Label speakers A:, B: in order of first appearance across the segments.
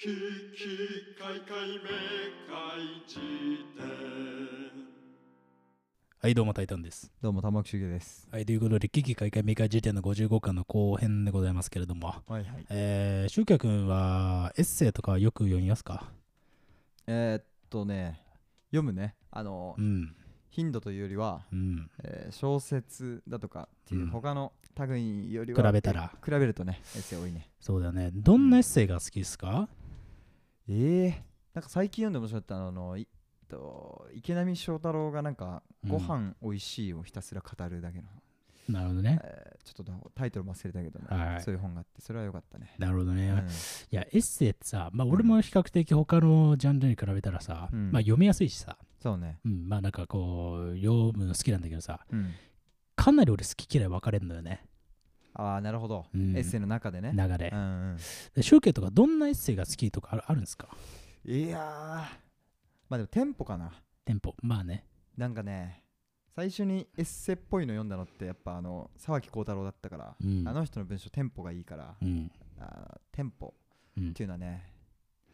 A: ききかいかいめかいじ
B: はい、どうも、タイタンです。
C: どうも玉木修介です。
B: はい、ということで、危機開会明快時点の55巻の後編でございますけれども、
C: はいはい。
B: えー、シュウキャ君はエッセイとかよく読みますか
C: えー、っとね、読むね。あの、
B: うん、
C: 頻度というよりは、
B: うん。
C: えー小説だとかっていううん他の類よりは、
B: 比べたら、
C: え。比べるとね、エッセイ多いね。
B: そうだよね。どんなエッセイが好きですか
C: えー、なんか最近読んで面白かったのあの、いえっと池波正太郎がなんか、
B: うん
C: ご飯おいしいをひたすら語るだけの、
B: なるほどね。
C: えーちょっとタイトルも忘れたけどね、
B: はい
C: そういう本があって、それは良かったね。
B: なるほどね。
C: うん
B: いや、エッセイってさ、まあ、俺も比較的他のジャンルに比べたらさ、
C: うん
B: まあ、読みやすいしさ、
C: そうね。
B: うん、まあ、なんかこう、読むの好きなんだけどさ、
C: うん、
B: かなり俺好き嫌い分かれるんだよね、
C: ああ、なるほど、
B: うん
C: エッセイの中でね。
B: 流れ
C: う。んうん
B: でシュウキャとかどんなエッセイが好きとかあるあるんですか
C: いやーまあでもテンポかな
B: テンポ。まあね。
C: なんかね最初にエッセイっぽいの読んだのってやっぱあの沢木耕太郎だったから、
B: うん
C: あの人の文章テンポがいいから、
B: うん。
C: あーテンポ
B: うん
C: っていうのはね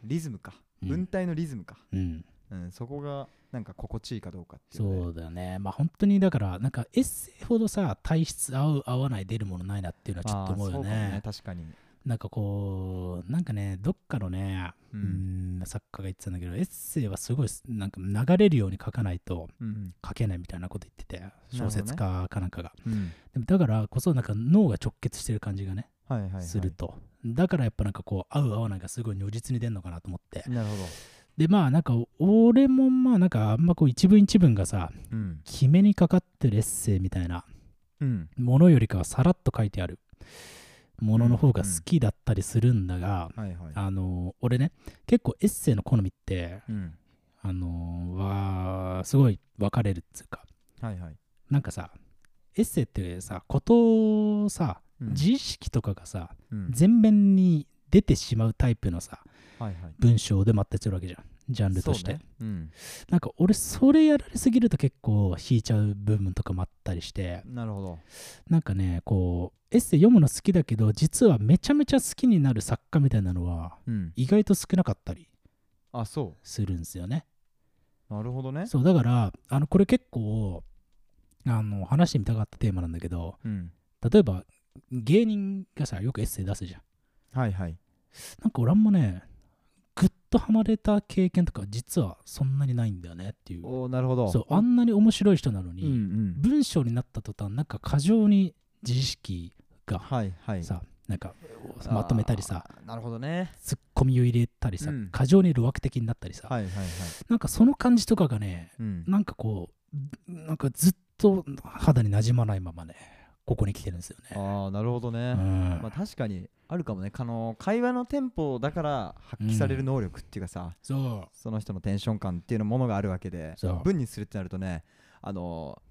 C: リズムか、
B: うん
C: 文体のリズムか、
B: うん、
C: うん、そこがなんか心地いいかどうかっていうので
B: そうだよね。まあ本当にだから、なんかエッセイほどさ、体質合う合わない出るものないなっていうのはちょっと思うよ
C: あーそかも
B: ね。
C: 確かに、
B: なんかこう、なんかね、どっかのね、
C: う
B: うんーん、作家が言ってたんだけど、エッセイはすごいす、なんか流れるように書かないと
C: うん
B: 書けないみたいなこと言ってて、
C: ほど
B: 小
C: ね
B: 説家かなんかが。
C: うん
B: でもだからこそ、なんか脳が直結してる感じがね、
C: はいはい、はい、
B: すると。だからやっぱなんかこう、合う合わないがすごい如実に出るのかなと思って。
C: なるほど、
B: で、まあなんか、俺もまあなんか、あんまこう、一文一文がさ、
C: うん
B: 決めにかかってるエッセイみたいな
C: うん、
B: ものよりかはさらっと書いてあるものの方が好きだったりするんだが、
C: はいはい
B: あの俺ね結構エッセイの好みって
C: うん
B: あのはすごい分かれるっつうか
C: はいはい
B: なんかさエッセイってさことをさ、
C: うん
B: 自意識とかがさ
C: うん
B: 前面に出てしまうタイプのさ
C: はいはい
B: 文章でもあったりするわけじゃんジャンルとして、
C: そうねうん
B: なんか俺それやられすぎると結構引いちゃう部分とかもあったりして、
C: なるほど
B: なんかねこうエッセイ読むの好きだけど実はめちゃめちゃ好きになる作家みたいなのは
C: うん
B: 意外と少なかったり
C: あそ
B: するんですよね。
C: うなるほどね
B: そうだからあのこれ結構あの話してみたかったテーマなんだけど
C: うん
B: 例えば芸人がさよくエッセイ出すじゃん。
C: はいはい
B: なんか俺あんまねぐっとハマれた経験とか実はそんなにないんだよねっていう
C: おーなるほど
B: そうあんなに面白い人なの
C: う
B: に、
C: んうん
B: 文章になった途端なんか過剰に自意識が
C: はいはい
B: さなんかまとめたりさ
C: あーなるほどね
B: ツッコミを入れたりさ、
C: うん
B: 過剰に路惑的になったりさ、
C: はいはいはい
B: なんかその感じとかがね
C: うん
B: なんかこうなんかずっと肌になじまないままねここに来てるんですよね。
C: ああなるほど
B: う
C: ね
B: ん
C: まあ確かにあるかもねあの会話のテンポだから発揮される能力っていうかさ
B: そう
C: その人のテンション感っていうのものがあるわけで
B: そう
C: 文にするってなるとねあの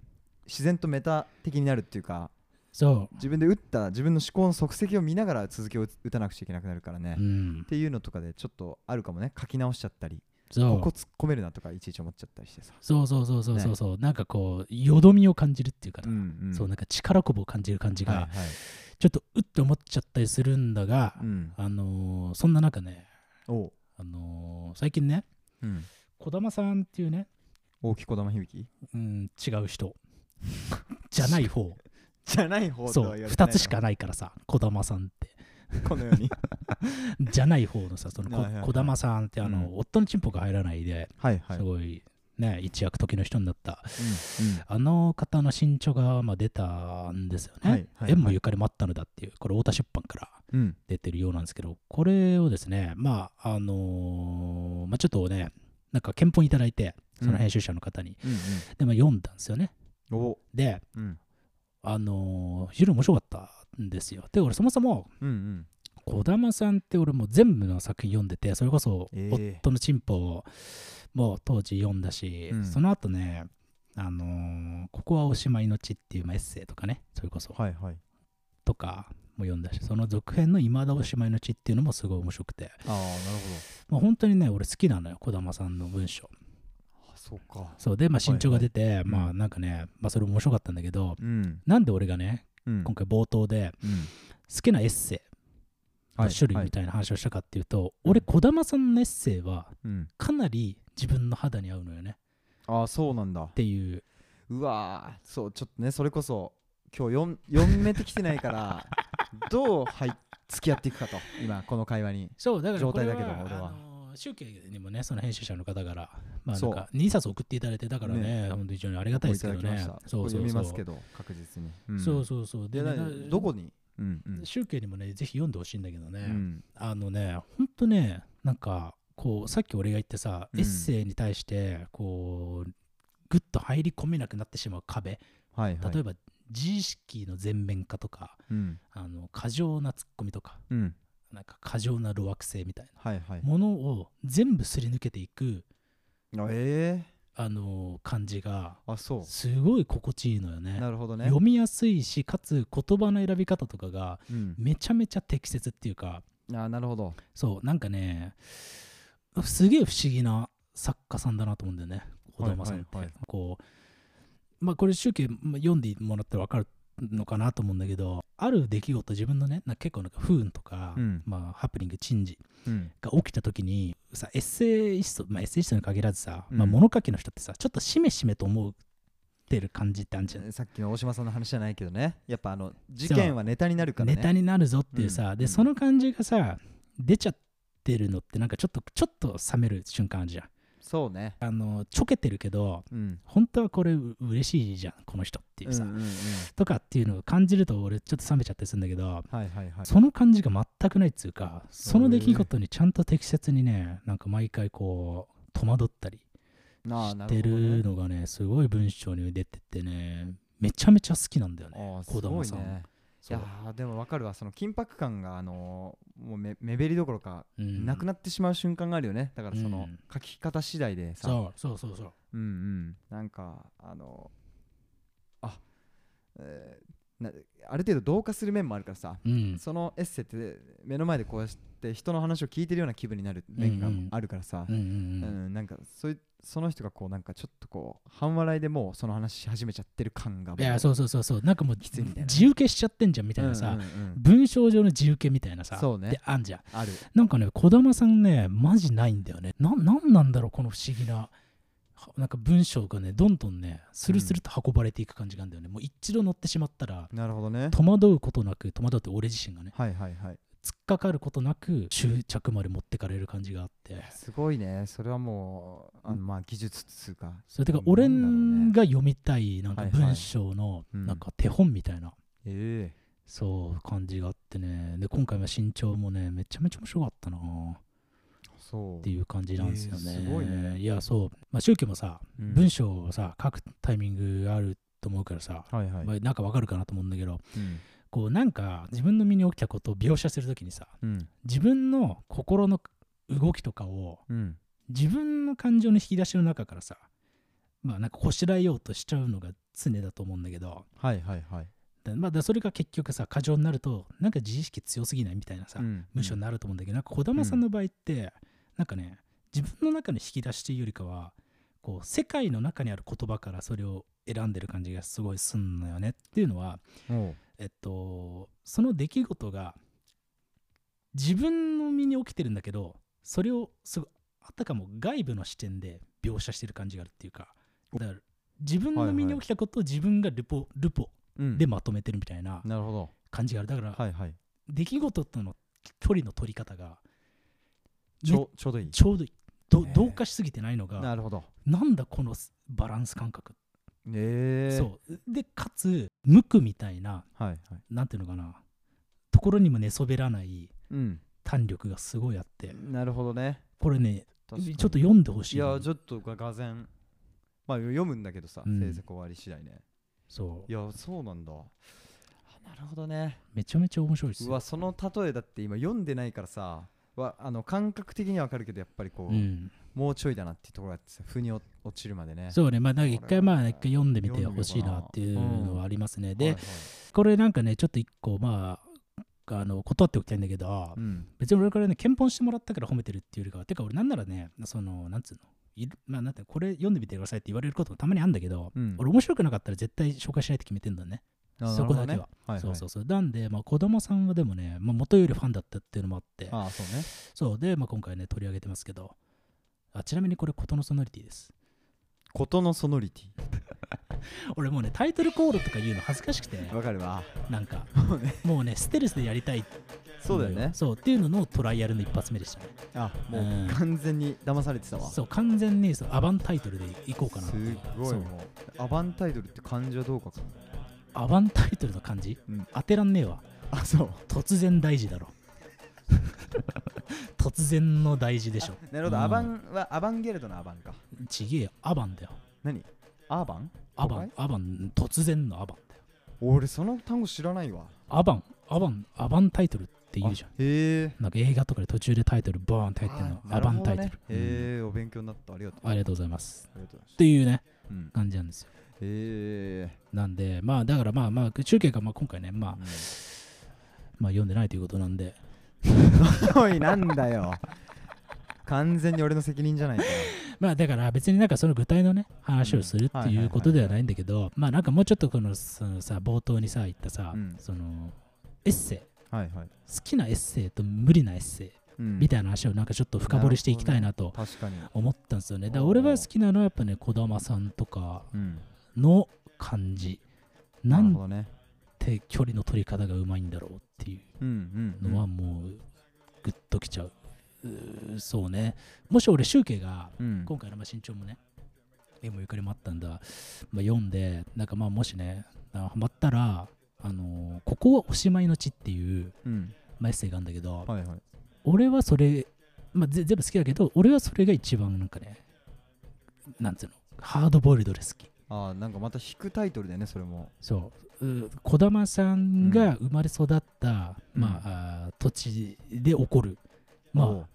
C: 自然とメタ的になるっていうか
B: そ
C: 自分で打った自分の思考の足跡を見ながら続きを打たなくちゃいけなくなるからね
B: う、うん
C: っ、ていうのとかでちょっとあるかもね書き直しちゃったり
B: そ
C: こ
B: う
C: こ突っ込めるなとかいちいち思っちゃったりしてさ
B: そうそうそうそうそうそう、なんかこうよどみを感じるっていうかな、
C: ん
B: そうなんか力こぶを感じる感じが、
C: はいはい
B: ちょっとうって思っちゃったりするんだが、
C: うん
B: あのーそんな中ね、
C: おう
B: あのー最近ね
C: うん
B: 児玉さんっていうね
C: 大木こだま響き
B: うん、違う人 じゃない 方
C: じゃない方
B: そ
C: と
B: う
C: は言われて
B: 2
C: ないの
B: つしかないからさ児玉さんって
C: このように
B: じゃない方のさそのこ
C: はいはいはい
B: 児玉さんってあの、
C: う
B: 夫のチンポが入らないで
C: はいはい
B: すごいね一躍時の人になった
C: うんうん
B: あの方の新著がまあ出たんですよね、
C: はいはい
B: 縁もゆかりもあったのだっていうこれ太田出版から
C: うん
B: 出てるようなんですけどこれをですねまああのーまあちょっとねなんか検本いただいてその編集者の方に、
C: うん
B: でまあ読んだんですよね
C: うんお
B: で
C: うん
B: あのー非常に面白かったんですよ。で、俺そもそも、
C: うんうん
B: 児玉さんって俺もう全部の作品読んでて、それこそ、
C: ええ
B: 夫のチンポをもう当時読んだし、
C: うん
B: その後ね、あのーここはおしまいの地っていうまあエッセイとかね、それこそ、
C: はいはい
B: とかも読んだし、その続編の未だおしまいの地っていうのもすごい面白くて、
C: ああなる
B: まあ、本当にね、俺好きなのよ、児玉さんの文章。
C: ほどあそうか
B: そうで、まあ、新潮が出て、
C: うん
B: まあなんかね、まあそれも面白かったんだけど、
C: うん
B: なんで俺がね、
C: うん
B: 今回冒頭で、
C: うん
B: 好きなエッセイの種類
C: はい
B: みたいな話をしたかっていうと、俺児玉さんのエッセイは
C: うん、
B: かなり自分の肌に合うのよねっ
C: ああそうなんだ
B: ていう
C: うわーそうちょっとねそれこそ今日 4, 4目てきてないから どう、はい、付き合っていくかと今この会話に
B: そうだからこれは
C: 状態だけど俺は
B: あのー集計にもねその編集者の方から、まあ、な
C: そ
B: ん
C: う
B: か2冊送っていただいてだからね
C: ね
B: 本当に非常にありがたいですけど
C: これい
B: ね
C: ただきました
B: そ
C: こ
B: う
C: れ
B: そ
C: 読
B: う
C: み
B: そ
C: ます
B: う
C: けど確実に、うん
B: そうそうそう
C: で
B: で、ね
C: 何どこに、うんうん
B: 集計にもねぜひ読んでほしいんだけどね、
C: うん
B: あのねほんとねなんかこうさっき俺が言ってさ、
C: うん
B: エッセイに対してこうグッと入り込めなくなってしまう壁
C: はいはい
B: 例えば自意識の全面化とか
C: うん
B: あの過剰なツッコミとか
C: うん
B: なんか過剰な路惑性みたいな
C: はいはい
B: ものを全部すり抜けていく
C: あえ
B: あの感じが
C: ー、あそ
B: すごい心地いいのよ
C: う
B: ね
C: なるほどね
B: 読みやすいしかつ言葉の選び方とかが
C: うん、
B: めちゃめちゃ適切っていうか
C: あなるほど
B: そうなんかねすげえ不思議な作家さんだなと思うんだよね児玉さんって、
C: はいはいは
B: こうまあこれ集計まあ読んでもらったら分かるのかなと思うんだけどある出来事自分のねなんか結構なんか不運とか、
C: うん
B: まあ、ハプニング珍事
C: うん
B: が起きた時にさエッセイスト、まあ、エッセイストに限らずさ、
C: うん
B: まあ、物書きの人ってさちょっとしめしめと思ってる感じってあるじゃん
C: さっきの大島さんの話じゃないけどねやっぱあの事件はネタになるからね
B: ネタになるぞっていうさ、
C: うん
B: で
C: うん
B: その感じがさ出ちゃってるのってなんかちょっとちょっと冷める瞬間あるじゃん
C: そうね
B: あのちょけてるけど
C: うん
B: 本当はこれう嬉しいじゃんこの人っていうさ、
C: うんうんうん
B: とかっていうのを感じると俺ちょっと冷めちゃったりするんだけど
C: はいはいはい
B: その感じが全くないっつうかその出来事にちゃんと適切にねなんか毎回こう戸惑ったり
C: あー
B: し
C: な
B: て
C: ほどね
B: るのがねすごい文章に出ててねめちゃめちゃ好きなんだよね
C: あー
B: 児玉
C: す
B: さ
C: ごい
B: ん
C: ね。い
B: そう
C: やーでも分かるわその緊迫感があのーもうめ目減りどころか
B: うん
C: なくなってしまう瞬間があるよねだからその
B: うん
C: 書き方次第でさ
B: そうそうそうそう
C: うんうんなんかあのーあえーなある程度同化する面もあるからさ
B: うん
C: そのエッセイって目の前でこうやって人の話を聞いてるような気分になる面が
B: うんうん
C: あるからさ
B: うんうんう
C: う
B: ん
C: んなんかそういうその人がこうなんかちょっとこう半笑いでもうその話し始めちゃってる感がも
B: いやそうそうそうそうなんかもう
C: きついみたいな
B: 自受けしちゃってんじゃんみたいなさ、
C: うんうんうん
B: 文章上の自受けみたいなさ
C: そうね
B: であんじゃん
C: ある
B: なんかね児玉さんねマジないんだよねななんなんだろうこの不思議なはなんか文章がねどんどんねスルスルと運ばれていく感じがあるんだよね、もう一度乗ってしまったら
C: なるほどね
B: 戸惑うことなく戸惑うって俺自身がね
C: はいはいはい
B: 突っかかることなく執着まで持ってかれる感じがあって
C: すごいねそれはもうあのまあ技術っつうか
B: それてか
C: な
B: 俺
C: んだろうね
B: が読みたいなんか
C: はいはい
B: 文章の
C: うん
B: なんか手本みたいな
C: え
B: そう感じがあってねで今回は身長もねめちゃめちゃ面白かったな
C: えそ
B: っていう感じなんですよね、
C: えーすごいね
B: いやそうまあ宗教もさ
C: う
B: 文章をさ書くタイミングあると思うからさ、
C: はいはい
B: まあなんかわかるかなと思うんだけど
C: うん
B: こうなんか自分の身に起きたことを描写するときにさ
C: うん
B: 自分の心の動きとかを
C: うん
B: 自分の感情の引き出しの中からさまあなんかこしらえようとしちゃうのが常だと思うんだけど
C: はいはいはい
B: でまあ、だそれが結局さ過剰になるとなんか自意識強すぎないみたいなさ、
C: うん
B: 文章になると思うんだけどなんか児玉さんの場合って、なんかね自分の中の引き出しというよりかはこう世界の中にある言葉からそれを選んでる感じがすごいすんのよねっていうのは、
C: おう
B: えっと、その出来事が自分の身に起きてるんだけどそれをすごいあたかも外部の視点で描写してる感じがあるっていうかだから自分の身に起きたことを自分がルポ、ルポ
C: うん
B: でまとめてるみたいな
C: なるほど
B: 感じがあるだから
C: はいはい
B: 出来事との距離の取り方が
C: ちょちょうどいい
B: ちょうどいいど
C: ねえ
B: 同化しすぎてないの
C: な
B: が
C: るほど
B: なんだこのバランス感覚、
C: ええ
B: そうでかつ無垢みたいな
C: はいはい
B: なんていうのかなところにも寝そべらない
C: うん
B: 弾力がすごいあって
C: なるほどね
B: これねちょ
C: 確かに
B: っと読んでほし
C: い
B: いな
C: やちょっとががぜんまあ読むんだけどさ
B: うん
C: 制作終わり次第ね
B: そう
C: いやそうなんだあなるほどね
B: めちゃめちゃ面白いです
C: う
B: よ
C: わその例えだって今読んでないからさわあの感覚的にはわかるけどやっぱりこ
B: う
C: う、
B: ん、
C: もうちょいだなっていうところがあってさ腑に落落ちるまでね
B: そうねまあなんか一
C: これ
B: 回
C: は
B: まあ一回読んでみてほしいなっていうのはありますね、で、これなんかねちょっと一個まああの断っておきたいんだけど、
C: うん
B: 別に俺からね、検本してもらったから褒めてるっていうよりかは、てか俺なんならね、その、なんつうの、いるまあ、なんていうのこれ読んでみてくださいって言われることもたまにあるんだけど、
C: うん
B: 俺面白くなかったら絶対紹介しないって決めてんだね。
C: あ
B: そこだけは
C: なるほどねはい
B: そ
C: は
B: う
C: い
B: そうそうなんで、まあ、子供さんはでもね、まあ、元よりファンだったっていうのもあって
C: ああそうね
B: そうで、まあ、今回ね取り上げてますけどあちなみにこれことのソノリティです
C: ことのソノリテ
B: 俺もうねタイトルコールとか言うの恥ずかしくて
C: ィわかるわ
B: なんか
C: もうね
B: もうねステルスでやりたい
C: そうだよね
B: そうっていうののトライアルの一発目でしたね
C: あも
B: うん
C: う完全に騙されてたわ
B: そう完全にそのアバンタイトルでいこうかなっていう
C: すごい
B: そう
C: もうアバンタイトルって漢字はどう書くの
B: アバンタイトルの感じ、
C: うん
B: 当てらんねえわ
C: あそう
B: 突然大事だろ 突然の大事でしょ
C: なるほど、
B: うん
C: アバンはアバンゲルドのアバンか
B: ちげえよアバンだよ
C: 何アーバン
B: アバ
C: は
B: ン
C: い
B: アバン突然のアバンだよ
C: 俺その単語知らないわ
B: アバンアバンアバンタイトルって言うじゃん
C: あへえ
B: なんか映画とかで途中でタイトルボーンって入ってるの、
C: あ
B: アバンタイト
C: な
B: ル
C: るほ、どねへえお勉強になったありがとう
B: うんありがとうございます
C: ありがとうございま
B: っ
C: す
B: ていうね
C: うん
B: 感じなんですよ
C: へえ
B: なんでまあだからまあまあ中継がまあ今回ねまあまあ読んでないということなんで
C: おいなんだよ完全に俺の責任じゃないか
B: まあだから別になんかその具体のね話をする
C: うん
B: っ
C: は
B: て
C: いはいはい
B: い
C: は
B: うこ
C: い
B: とではないんだけどまあなんかもうちょっとこのそのさ冒頭にさ言ったさ、
C: うん
B: そのエッセイ
C: はいはい、
B: 好きなエッセイと無理なエッセイ
C: うん
B: みたいな話をなんかちょっと深掘りしていきたいなと
C: 確かに
B: 思ったんですよね。だから
C: おー
B: 俺が好きなのはやっぱね児玉さんとか
C: うん
B: の感じな
C: なる
B: ん
C: ほどね
B: て距離の取り方がうまいんだろうってい
C: うん
B: う
C: うん
B: のはもうグッときちゃう。うーそうねもし俺集計が
C: うん
B: 今回のまあ身長もね、絵もゆかりもあったんだ、まあ、読んで、なんかまあもしね、あハマったら、あのーここはおしまいの地っていう、
C: うん
B: まあ、エッセイがあるんだけど、
C: はいはい
B: 俺はそれ、まあ、ぜ全部好きだけど、俺はそれが一番なんかね、なんつうの、ハードボイルドで好き。
C: ああなんかまた引くタイトルだよねそれも
B: そうう児玉さんが生まれ育った、
C: うん
B: まあ、あー土地で起こる、
C: お
B: まあ、
C: う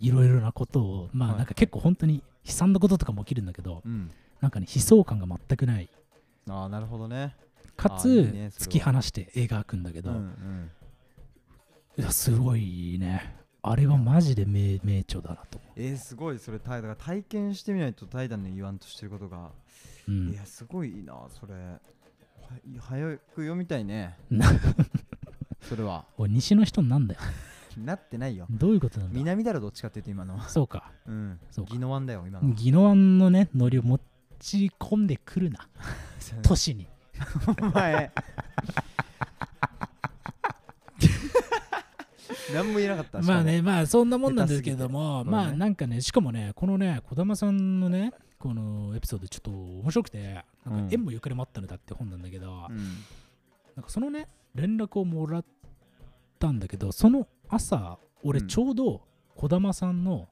B: いろいろなことを、ま
C: は
B: あ、
C: い
B: なんか結構本当に悲惨なこととかも起きるんだけど、
C: うん
B: なんかね、悲壮感が全くない
C: ああなるほどね
B: かつ
C: あいいねそれは
B: 突き放して映画描くんだけど、
C: うんうん
B: いやすごいねあれはマジで名名著だなと思
C: えー、すごいそれタイだから体験してみないとタイダンの言わんとしてることが、
B: う、う
C: い
B: ん、
C: やすごいいいなそれはい早く読みたいね
B: な
C: それは
B: おい西の人になんだよ
C: なってないよ
B: どういうことなんだ
C: 南だろどっちかっていうと今のは
B: そうか
C: うん
B: そうか
C: 宜野湾だよ今のは
B: 宜野湾のねノリを持ち込んでくるな都市に
C: お前 何も言えなかったしかも
B: まあねまあそんなもんなんですけども、
C: 下手すぎて
B: まあ
C: そうね
B: なんかねしかもねこのね児玉さんのねこのエピソードちょっと面白くて「なんか縁もゆかりもあったのだ」って本なんだけど、
C: うん
B: なんかそのね、連絡をもらったんだけど、その朝、俺
C: うん
B: ちょうど児玉さんの、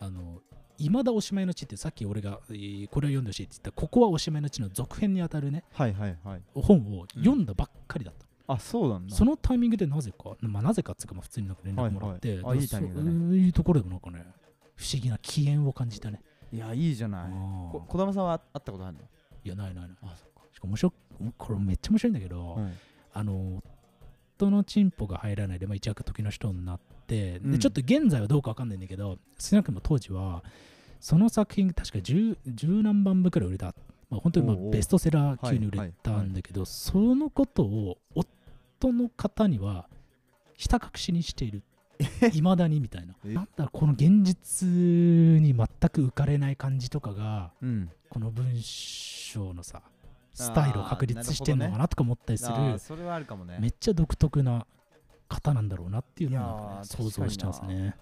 B: あの、いまだおしまいの地ってさっき俺がえーこれを読んでほしいって言ったここはおしまいの地の続編にあたるね
C: はいはいはい
B: 本を読んだばっかりだった、
C: あそうなんだ
B: そのタイミングでなぜか、まあ、なぜかっつうかまあ普通になんか連絡もらって、
C: はいはいあいいタイミングだね
B: そういうところでもなんかね不思議な起源を感じたね、
C: いやいいじゃ
B: あ
C: ない
B: ー
C: こ児玉さんは会ったことあるの
B: いやないないない
C: あそっ
B: しかも面白くこれめっちゃ面白いんだけど、
C: うん
B: あの夫のチンポが入らないで、まあ、一躍時の人になって、
C: う
B: で
C: ん
B: ちょっと現在はどうか分かんないんだけど少なくとも当時はその作品確か 10, 10何万部くらい売れた、まあ、本当にまあ
C: おうおう
B: ベストセラー級に売
C: は
B: れ
C: い
B: たんだけど、そのことを夫の方にはひた隠しにして いるいまだにみたいな
C: え
B: なんだろうこの現実に全く浮かれない感じとかが
C: うん
B: この文章のさスタイルを確立してんのか
C: あーなるほど
B: なとか思ったりする
C: あーそれはあるかもね
B: めっちゃ独特な方なんだろうなっていうのを
C: い
B: なん
C: や
B: かね
C: ー
B: 想像しちゃうんですね。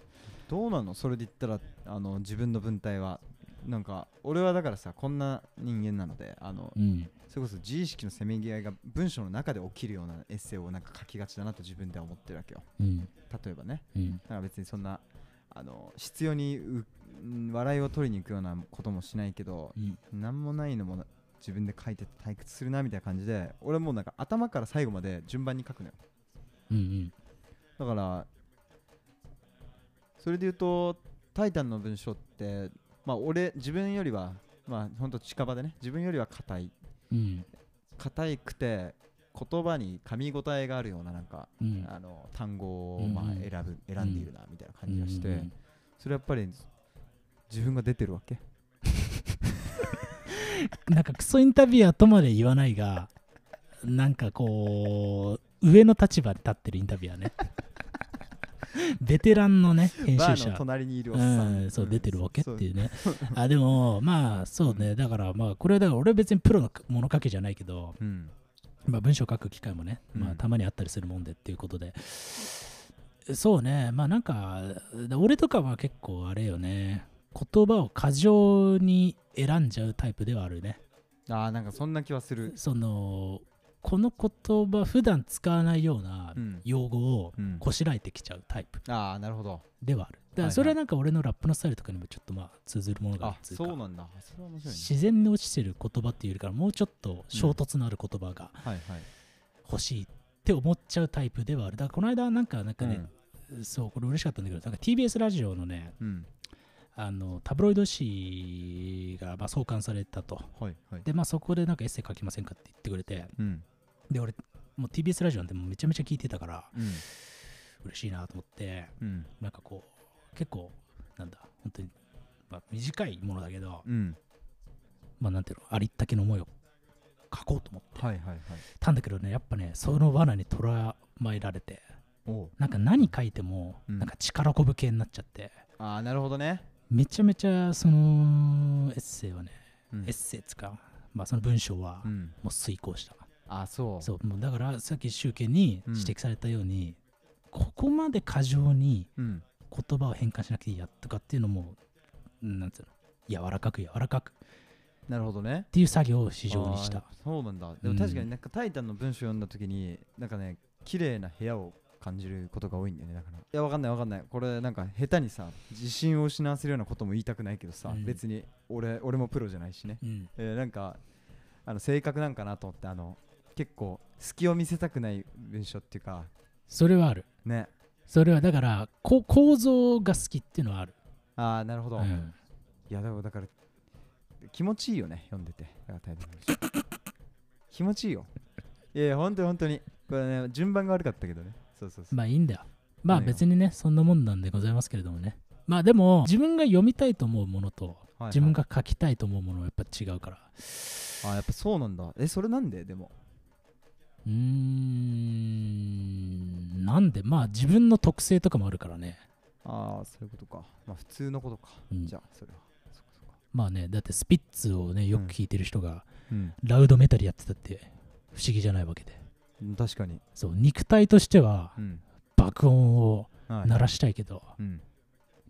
C: どうなのそれで言ったらあの自分の文体はなんか俺はだからさこんな人間なのであの
B: うん、
C: それこそ自意識のせめぎ合いが文章の中で起きるようなエッセイをなんか書きがちだなと自分では思ってるわけよ
B: うん、
C: 例えばね
B: うん、
C: だから別にそんなあの必要にううん笑いを取りに行くようなこともしないけど
B: うん、
C: 何もないのも自分で書いてて退屈するなみたいな感じで俺はもうなんか頭から最後まで順番に書くのよ
B: うん、
C: だからそれで言うと「タイタン」の文章ってまあ俺自分よりはまあほんと近場でね自分よりは硬い
B: うん、
C: 硬くて言葉に噛み応えがあるようななんか、
B: うん、
C: あの単語を
B: うん
C: まあ
B: うん
C: 選ぶ、選んでいるなみたいな感じがして、
B: うん
C: それやっぱり自分が出てるわけ
B: なんかクソインタビュアーとまで言わないが、なんかこう上の立場に立ってるインタビュアーねベテランのね編
C: バ
B: 集
C: ーの
B: 者
C: 隣にいるおっ
B: う
C: さん、
B: ん、そう出てるわけっていううねあでもまあそうねだからまあこれはだから俺は別にプロの物書きじゃないけど、
C: そううん
B: まあ、文章書く機会もね、ま
C: う
B: あ、
C: ん
B: たまにあったりするもんでっていうことで、そうねまあなんか俺とかは結構あれよね言葉を過剰に選んじゃうタイプではあるね
C: ああなんかそんな気はする
B: そのこの言葉普段使わないような
C: うん
B: 用語を
C: うん
B: こしらえてきちゃうタイプ
C: ああなるほど
B: ではあるだか
C: はいは
B: ら
C: い
B: それはなんか俺のラップのスタイルとかにもちょっとまあ通ずるものがある
C: あ
B: ってい
C: そうう
B: か
C: なんだそれは面白いね
B: 自然に落ちてる言葉っていうよりからもうちょっと衝突のある言葉が
C: はいはい
B: 欲しいって思っちゃうタイプではあるだからこの間なんかなんかね、そうこれ嬉しかったんだけどなんか TBS ラジオのね
C: うん、うん、
B: あのタブロイド紙がまあ創刊されたと
C: はいはい
B: でまあそこでなんかエッセイ書きませんかって言ってくれて
C: うん
B: で俺もう TBS ラジオなんてもうめちゃめちゃ聞いてたから
C: うん
B: 嬉しいなと思って
C: うん
B: なんかこう結構なんだ本当にまあ短いものだけど
C: うん
B: まあなんていうのありったけの思いを書こうと思って
C: はいはいはい
B: たんだけどねやっぱねその罠にとらまえられて
C: おう
B: なんか何書いても
C: うん
B: なんか力こぶ系になっちゃって
C: ああなるほどね、
B: めちゃめちゃそのエッセイはね
C: うん
B: エッセイっつうかまあその文章は
C: うん、
B: もう遂行した
C: ああそう
B: そうもうだからさっき集計に
C: うん
B: 指摘されたように、ここまで過剰に
C: うん
B: 言葉を変換しなくていいやとかっていうのもなんつうの柔らかく柔らかくっ
C: なるほどね
B: ていう作業を非常にした
C: あーそうなんだでも確かになんか「タイタン」の文章読んだ時になんかね綺麗な部屋を感じることが多いんだよねだからいやわかんないわかんないこれなんか下手にさ自信を失わせるようなことも言いたくないけどさ、
B: うん
C: 別に俺俺もプロじゃないしね、
B: うん
C: えーなんかあの性格なんかなと思ってあの結構隙を見せたくない文章っていうか
B: それはある
C: ね
B: それはだからこ構造が好きっていうのはある、
C: ああなるほ
B: う
C: ど、い
B: ん、
C: やでもだから気持ちいいよね読んでてだからタイタンの文章気持ちいいよ いやいや本当に本当にこれね順番が悪かったけどねそうそうそう
B: まあいいんだよまあ
C: 何が
B: 別にねそんなもんなんでございますけれどもねまあでも自分が読みたいと思うものと
C: はいはい
B: 自分が書きたいと思うものはやっぱ違うから
C: あやっぱそうなんだえそれなんででも
B: うーんなんでまあ自分の特性とかもあるからね
C: ああそういうことかまあ普通のことか、
B: うん
C: じゃあそれはそっかそっか
B: まあねだってスピッツをねよく聴いてる人が
C: うん
B: ラウドメタルやってたって不思議じゃないわけで
C: うん確かに
B: そう肉体としては
C: うん
B: 爆音を
C: はい
B: 鳴らしたいけど
C: うん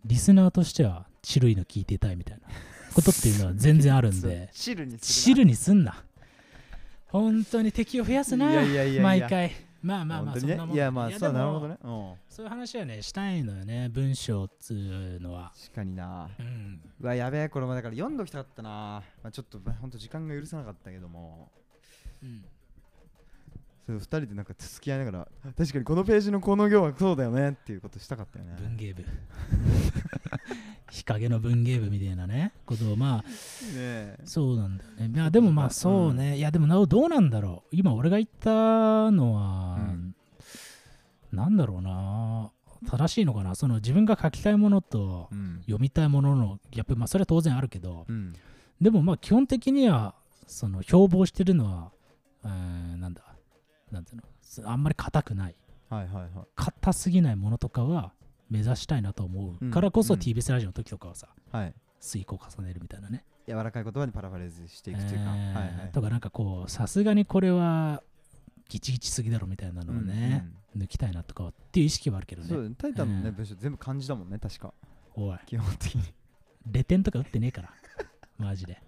B: リスナーとしてはチルいの聴いてたいみたいなことっていうのは全然あるん
C: そう
B: で
C: 汁にす
B: チ
C: る
B: ルにすんな本当に敵を増やすない
C: やいやいやいや
B: 毎回まあまあま
C: 本
B: あ
C: 当
B: そ
C: に
B: ん
C: ね
B: なもんだ
C: いやまあそう
B: でも
C: なるほどねうん
B: そういう話はねしたいのよね文章っつうのは
C: 確かにな
B: うん
C: うわやべえこれもだから読んどきたかったな、まあ、ちょっとほんと時間が許さなかったけども
B: うん
C: それ2人でなんか付き合いながら確かにこのページのこの行はそうだよねっていうことしたかったよね
B: 文芸部日陰の文芸部みたいなねことをまあ
C: ねえ
B: そうなんだよねいやでもまあそうね、いやでもなおどうなんだろう今俺が言ったのは、
C: うん
B: なんだろうな正しいのかなその自分が書きたいものと
C: うん
B: 読みたいもののギャップまあそれは当然あるけど
C: うん
B: でもまあ基本的にはその標榜してるのは、えーなんだなんていうのすあんまり硬くない
C: はいはいはい
B: 硬すぎないものとかは目指したいなと思うからこそ
C: うん
B: TBS ラジオの時とかはさ
C: はい
B: 遂行重ねるみたいなね。
C: 柔らかい言葉にパラファレーズしていくというか、
B: えー
C: はいはい
B: とかなんかこうさすがにこれはギチギチすぎだろみたいなのをね、抜きたいなとかはっていう意識はあるけ
C: う
B: ど
C: んそう
B: ね
C: だねタイタンのね、
B: うん
C: 文章全部漢字だもんね確か
B: おい
C: 基本的に
B: レ点とか打ってねえから マジで、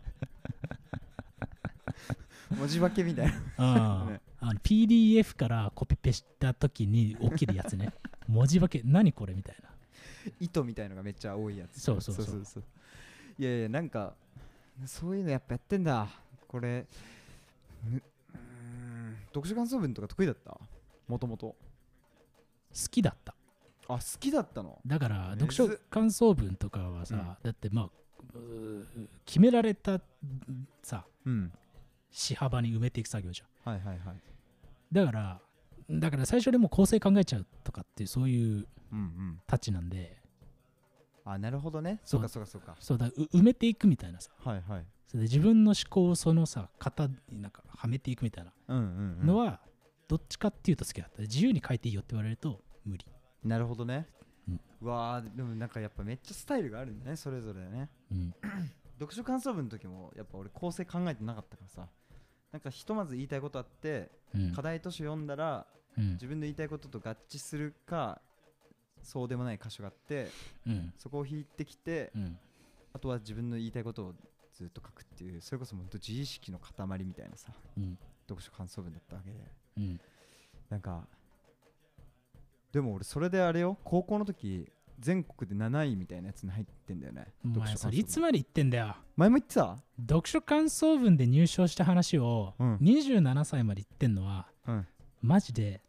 C: 文字化けみたいな
B: う ん、あの PDF からコピペした時に起きるやつ ね文字化け何これみたいな
C: 糸みたいのがめっちゃ多いやつ
B: そうそうそう
C: そういやいやなんかそういうのやっぱやってんだこれむうーん読書感想文とか得意だったもともと
B: 好きだった
C: あ好きだったの
B: だから
C: む
B: 読
C: ず
B: 書感想文とかはさ、
C: うん
B: だってまあうー決められたさ
C: うん
B: 死幅に埋めていく作業じゃん
C: はいはいはい
B: だからだから最初でもう構成考えちゃうとかっていうそういう
C: うんうん
B: たちなんで
C: あなるほどね
B: そ
C: そううかそうかそうか
B: そうだう埋めていくみたいなさ
C: はいはい
B: それで自分の思考をそのさ型になんかはめていくみたいな
C: うんうんうん
B: のは、どっちかっていうと好きだった自由に書いていいよって言われると無理、
C: なるほどね
B: うん
C: うわあでもなんかやっぱめっちゃスタイルがあるんだねそれぞれね
B: うん、
C: 読書感想文の時もやっぱ俺構成考えてなかったからさなんかひとまず言いたいことあって
B: うん
C: 課題図書読んだら
B: うん
C: 自分の言いたいことと合致するかそうでもない箇所があって
B: うん
C: そこを引いてきて
B: うん
C: あとは自分の言いたいことをずっと書くっていうそれこそ本当自意識の塊みたいなさ
B: うん
C: 読書感想文だったわけで
B: うん
C: なんかでも俺それであれよ高校の時全国で7位みたいなやつに入ってんだよね
B: お前
C: 読書
B: そ
C: 感
B: れ
C: 想
B: い
C: 文
B: つまで言ってんだよ
C: 前も言ってた
B: 読書感想文で入賞した話を
C: うん
B: 27歳まで言ってんのは
C: うん
B: マジで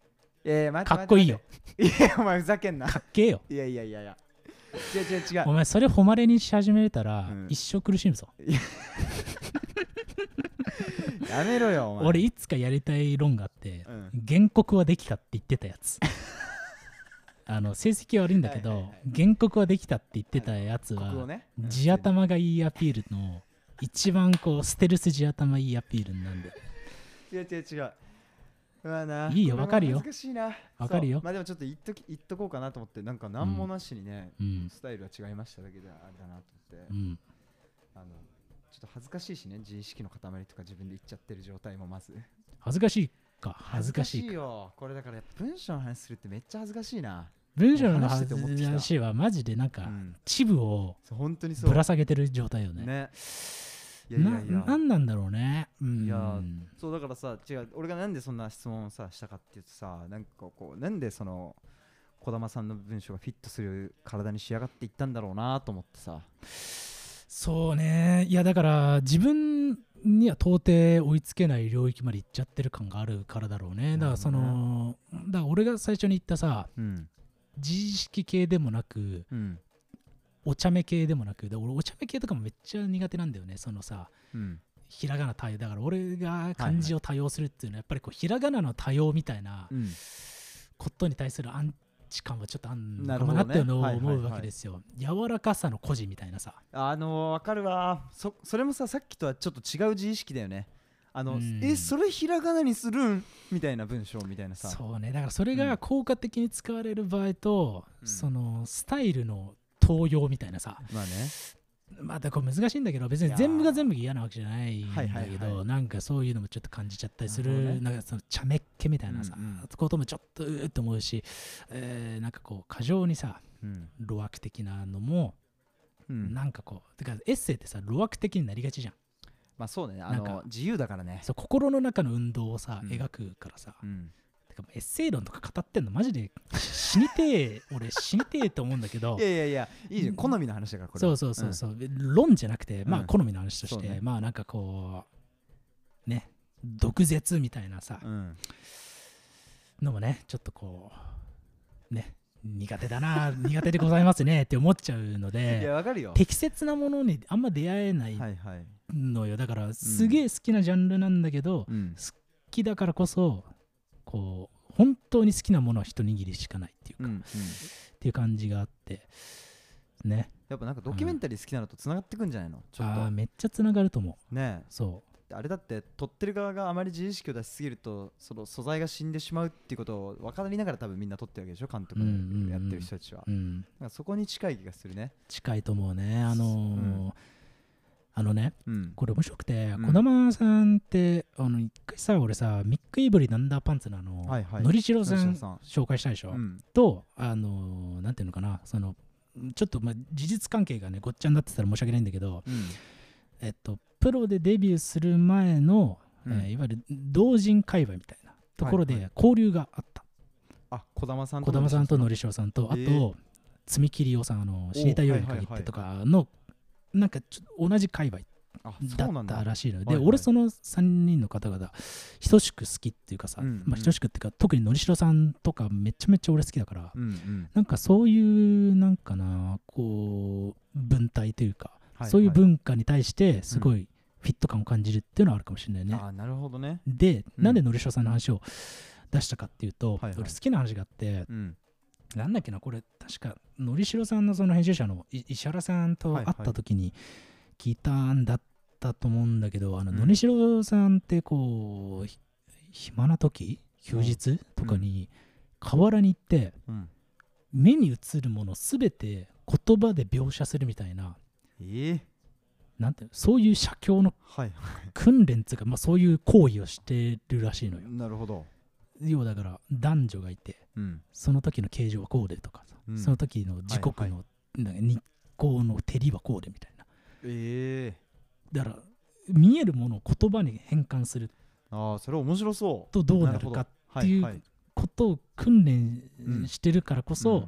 C: えー、待て
B: かっこいいよ
C: 待ていやお前ふざ けんな
B: かっけえよ
C: いやいやいやいや違う違う違う
B: お前それ誉れにし始めたら
C: うん
B: 一生苦しむぞ
C: やめろよお前
B: 俺いつかやりたい論があって
C: うん
B: 原告はできたって言ってたやつあの成績は悪いんだけ
C: はいはい
B: ど
C: はい
B: 原告はできたって言ってたやつ
C: 国語
B: は
C: ね
B: 地頭がいいアピールの一番こうステルス地頭いいアピールなんで
C: 違う違う違ううわない
B: いいよ
C: これも
B: わかるよ
C: 難しいな
B: わかるよ
C: そうまあでもちょっと言っとき言っとこうかなと思ってなんか何もなしにね、
B: うん
C: スタイルは違いましただけであれだなと思って、
B: うん
C: あのちょっと恥ずかしいしね自意識の塊とか自分で言っちゃってる状態もまず
B: 恥ずかしいか恥ずかしいか
C: よこれだからやっぱ文章の話するってめっちゃ恥ずかしいな
B: 文章の
C: 話してて思ってきた
B: 話はマジでなん
C: う
B: か
C: ん
B: チブを
C: そう本当にそう
B: ぶら下げてる状態よね。
C: ねいやいや
B: ない
C: や
B: なんなんだろうね。うん、
C: いやそうだからさ違う俺がなんでそんな質問をさしたかっていうとさなんかこうなんでその児玉さんの文章がフィットする体に仕上がっていったんだろうなと思ってさ
B: そうね。いやだから自分には到底追いつけない領域まで行っちゃってる感があるからだろうね。だからその、だから俺が最初に言ったさ、
C: うん
B: 自意識系でもなく、
C: うん
B: お茶目系でもなく、で俺お茶目系とかもめっちゃ苦手なんだよね。そのさ、
C: うん
B: ひらがな多様だから俺が漢字を多用するっていうのはやっぱりこうひらがなの多様みたいな。
C: うん
B: ことに対するアンチ感はちょっとあん
C: な
B: の
C: る
B: かも
C: ほどね
B: なっていうのを
C: はいはいはい
B: 思うわけですよ。柔らかさの孤児みたいなさ。
C: あのわかるわそそれもささっきとはちょっと違う自意識だよねあの
B: うん
C: えそれひらがなにするんみたいな文章みたいなさ
B: そうね。だからそれが効果的に使われる場合と、
C: うん
B: そのスタイルの盗用みたいなさ。
C: まあね
B: まあ、だからこれ難しいんだけど、別
C: い
B: に
C: やー
B: 全部が全部嫌なわけじゃないんだ
C: はい
B: け
C: はいは
B: ど、なんかそういうのもちょっと感じちゃったりする、
C: なるほどね
B: なんかその茶目っ気みたいなさ、
C: うんうん
B: こともちょっとうーっと思うし、えーなんかこう、過剰にさ、
C: うん
B: 路悪的なのも、
C: うん
B: なんかこう、てかエッセイってさ、路悪的になりがちじゃん。
C: まあそうだねあ
B: なん
C: の
B: か
C: 自由だからね
B: そう心の中の運動をさ、
C: うん
B: 描くからさ、
C: うん
B: てかもうエッセイ論とか語ってんのマジで死にてえ俺死にてえと思うんだけど
C: いやいやいやいいじゃん好みの話だからこれ
B: そうそうそうそう、論じゃなくてまあ
C: うん
B: 好みの話とし
C: そう
B: て、
C: ね
B: まあなんかこうね毒舌みたいなさ、
C: うんうん
B: のもねちょっとこうね苦手だな苦手でございますねって思っちゃうの
C: いや
B: で
C: わかるよ
B: 適切なものにあんま出会えない
C: はいはい
B: のよ、だからすげえ好きなジャンルなんだけど、
C: うん
B: 好きだからこそこう本当に好きなものは一握りしかないっていう
C: う
B: か、
C: んう
B: っ
C: ん
B: ていう感じがあってね
C: やっぱなんかドキュメンタリー好きなのと繋がってくんじゃないのちょっ
B: あー
C: と
B: めっちゃつながると思
C: ね
B: うそ
C: えあれだって撮ってる側があまり自意識を出しすぎるとその素材が死んでしまうっていうことを分かりながら多分みんな撮ってるわけでしょ監督
B: うんうんうん
C: やってる人たちは
B: う、うん、
C: なんかそこに近い気がするね
B: 近いと思うねあのー
C: うん
B: あのね
C: うん
B: これ面白くて
C: うん
B: 児玉、さんってあの一回さ俺さミック・イーブリー・ナンダーパンツのあの、
C: はいはい
B: のりしろさ
C: のり
B: ん
C: しろさん
B: 紹介したでしょ、
C: うん
B: とあのーなんていうのかなそのちょっとまあ事実関係がねごっちゃになってたら申し訳ないんだけど、
C: うん
B: えっと、プロでデビューする前の、
C: うん
B: えーいわゆる同人界隈みたいなところ
C: はいは
B: で交流があった
C: あ児玉さん
B: 児玉、さんとのり
C: し
B: しおさんとあと、
C: えー
B: 積み切りおさんあの
C: お
B: 死にたいように
C: はいは
B: 限
C: い
B: っ
C: はい
B: てとかの、なんかちょっと同じ界隈
C: ろあ
B: だ
C: そうなん
B: っ
C: だ
B: たらしいので
C: はいはい
B: 俺その3人の方々等しく好きっていうかさ、
C: うんうん
B: まあ、等しくっていうか特にのりしろさんとかめちゃめちゃ俺好きだから、
C: うんうん
B: なんかそういうなんかなこう文体というか、
C: は
B: そういう
C: は
B: 文化に対してすごいフィット感を感じるっていうのはあるかもしれないね。
C: あなるほどね
B: で、
C: うん
B: なんでのりしおさんの話を出したかっていうと、
C: はいはい
B: 俺好きな話があって、
C: うん
B: なんだっけな、これ確かのりしろさんのその編集者のい石原さんと
C: はい
B: 会
C: はい
B: った時に聞いたんだっったと思うんだけどあの
C: うん
B: のりしろさんってこうひ暇な時休日とかに河原に行って
C: うん、
B: 目に映るもの全て言葉で描写するみたいな
C: ええ
B: なんていうのそういう写経の
C: はい
B: 訓練っていうか、まあ、そういう行為をしてるらしいのよ
C: なるほど、
B: 要はだから男女がいて
C: うん、
B: その時の形状はこうでとかさ、
C: うん
B: その時の時刻の、なんか日光の照りはこうでみたいな
C: ええ
B: だから見えるものを言葉に変換する
C: ああそれ面白そう
B: とどうなるかっていう
C: なるほどはいはい
B: ことを訓練
C: うん
B: してるからこそ、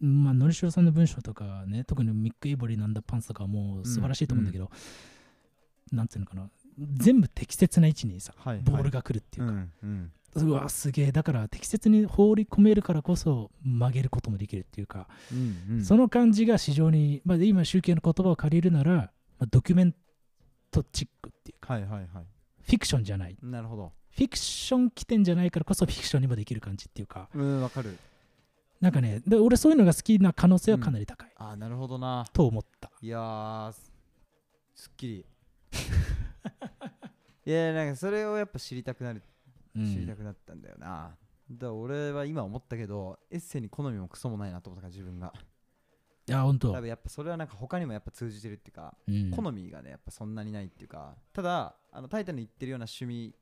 B: まあのりしろさんの文章とかね特にミック・エイボリーなんだパンツとかはもう素晴らしいと思うんだけど、なんていうのかな全部適切な位置にさ
C: はいはい
B: ボールが来るっていうか、
C: んうん、
B: うわすげえだから適切に放り込めるからこそ曲げることもできるっていうか、
C: うんうん、
B: その感じが非常に、まあ、今集計の言葉を借りるなら、まあ、ドキュメントチックっていうか
C: はいはいはい
B: フィクションじゃない
C: なるほど
B: フィクション起点じゃないからこそフィクションにもできる感じっていうか
C: うんわかる
B: なんかねで俺そういうのが好きな可能性はかなり高い、
C: ああなるほどな
B: と思った
C: いやーすすっきり いやなんかそれをやっぱ知りたくなる
B: うん
C: 知りたくなったんだよな、だから俺は今思ったけどエッセイに好みもクソもないなと思ったから自分が
B: いや本当
C: 多分やっぱそれはなんか他にもやっぱ通じてるっていうか
B: うん
C: 好みがねやっぱそんなにないっていうかただあのタイタンの言ってるような趣味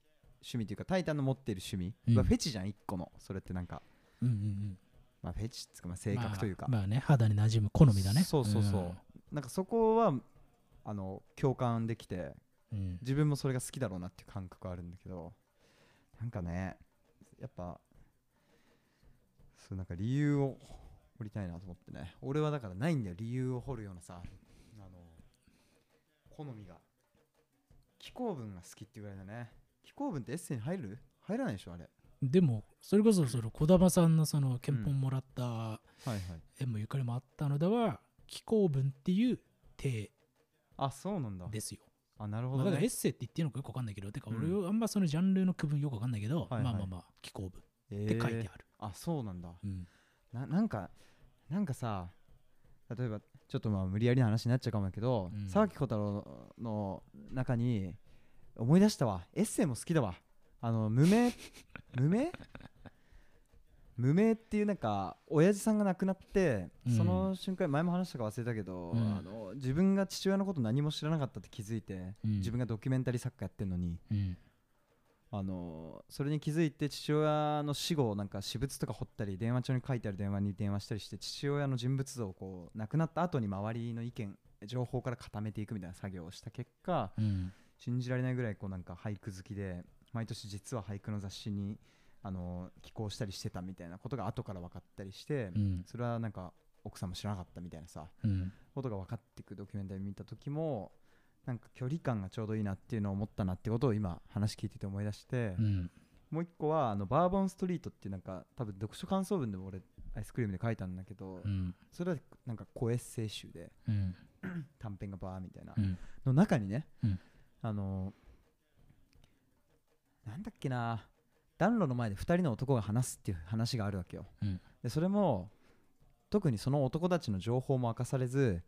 C: 趣味っていうかタイタンの持ってる趣味は
B: うん
C: フェチじゃん一個のそれってなんか
B: うんうんうん
C: まあフェチっつうかまあ性格というか、
B: まあ、まあね肌に馴染む好みだね
C: そうそうそう、なんかそこはあの共感できて
B: うん、うん
C: 自分もそれが好きだろうなっていう感覚はあるんだけどなんかねやっぱそうなんか理由を掘りたいなと思ってね俺はだからないんだよ理由を掘るようなさあの好みが気候文が好きっていうぐらいだね気候文ってエッセイに入る入らないでしょあれ
B: でもそれこそその児玉さんのその憲本もらった
C: はいはい
B: 縁もゆかりもあったのでは気候文っていう体
C: あそうなんだ
B: ですよ
C: あなる
B: ま
C: ほ
B: あだ
C: ど
B: からエ
C: ね
B: ッセイって言っていいのかよくわかんないけどてか
C: うん
B: 俺はあんまそのジャンルの区分よくわかんないけど、
C: はいはい
B: まあまあまあ気候文
C: え
B: って書いてある、
C: あそうなんだ
B: うん
C: ななんかなんかさ例えばちょっとまあ無理やりな話になっちゃうかもだけど
B: うん
C: 沢木小太郎の中に思い出したわエッセイも好きだわあの無 名無名無名っていうなんか親父さんが亡くなって、
B: うん
C: その瞬間前も話したか忘れたけど、
B: うん
C: あの自分が父親のこと何も知らなかったって気づいて、
B: うん
C: 自分がドキュメンタリー作家やってるのに
B: うん
C: あのそれに気づいて父親の死後をなんか私物とか掘ったり電話帳に書いてある電話に電話したりして父親の人物像をこう亡くなった後に周りの意見情報から固めていくみたいな作業をした結果
B: うん
C: 信じられないぐらいこうなんか俳句好きで毎年実は俳句の雑誌にあの寄稿したりしてたみたいなことが後から分かったりして
B: うん
C: それはなんか奥さんも知らなかったみたいなさ
B: うん
C: ことが分かっていくドキュメンタリー見た時もなんか距離感がちょうどいいなっていうのを思ったなってことを今話聞いてて思い出して
B: う。ん
C: もう一個はあのバーボンストリートっていうなんか多分読書感想文でも俺アイスクリームで書いたんだけど、
B: うん
C: それはなんか小エッセイ集で
B: うん
C: 短編がバーみたいな、
B: うん
C: の中にね、
B: うん
C: あのなんだっけな暖炉の前で2人の男が話すっていう話があるわけよ、
B: うん
C: でそれも特にその男たちの情報も明かされず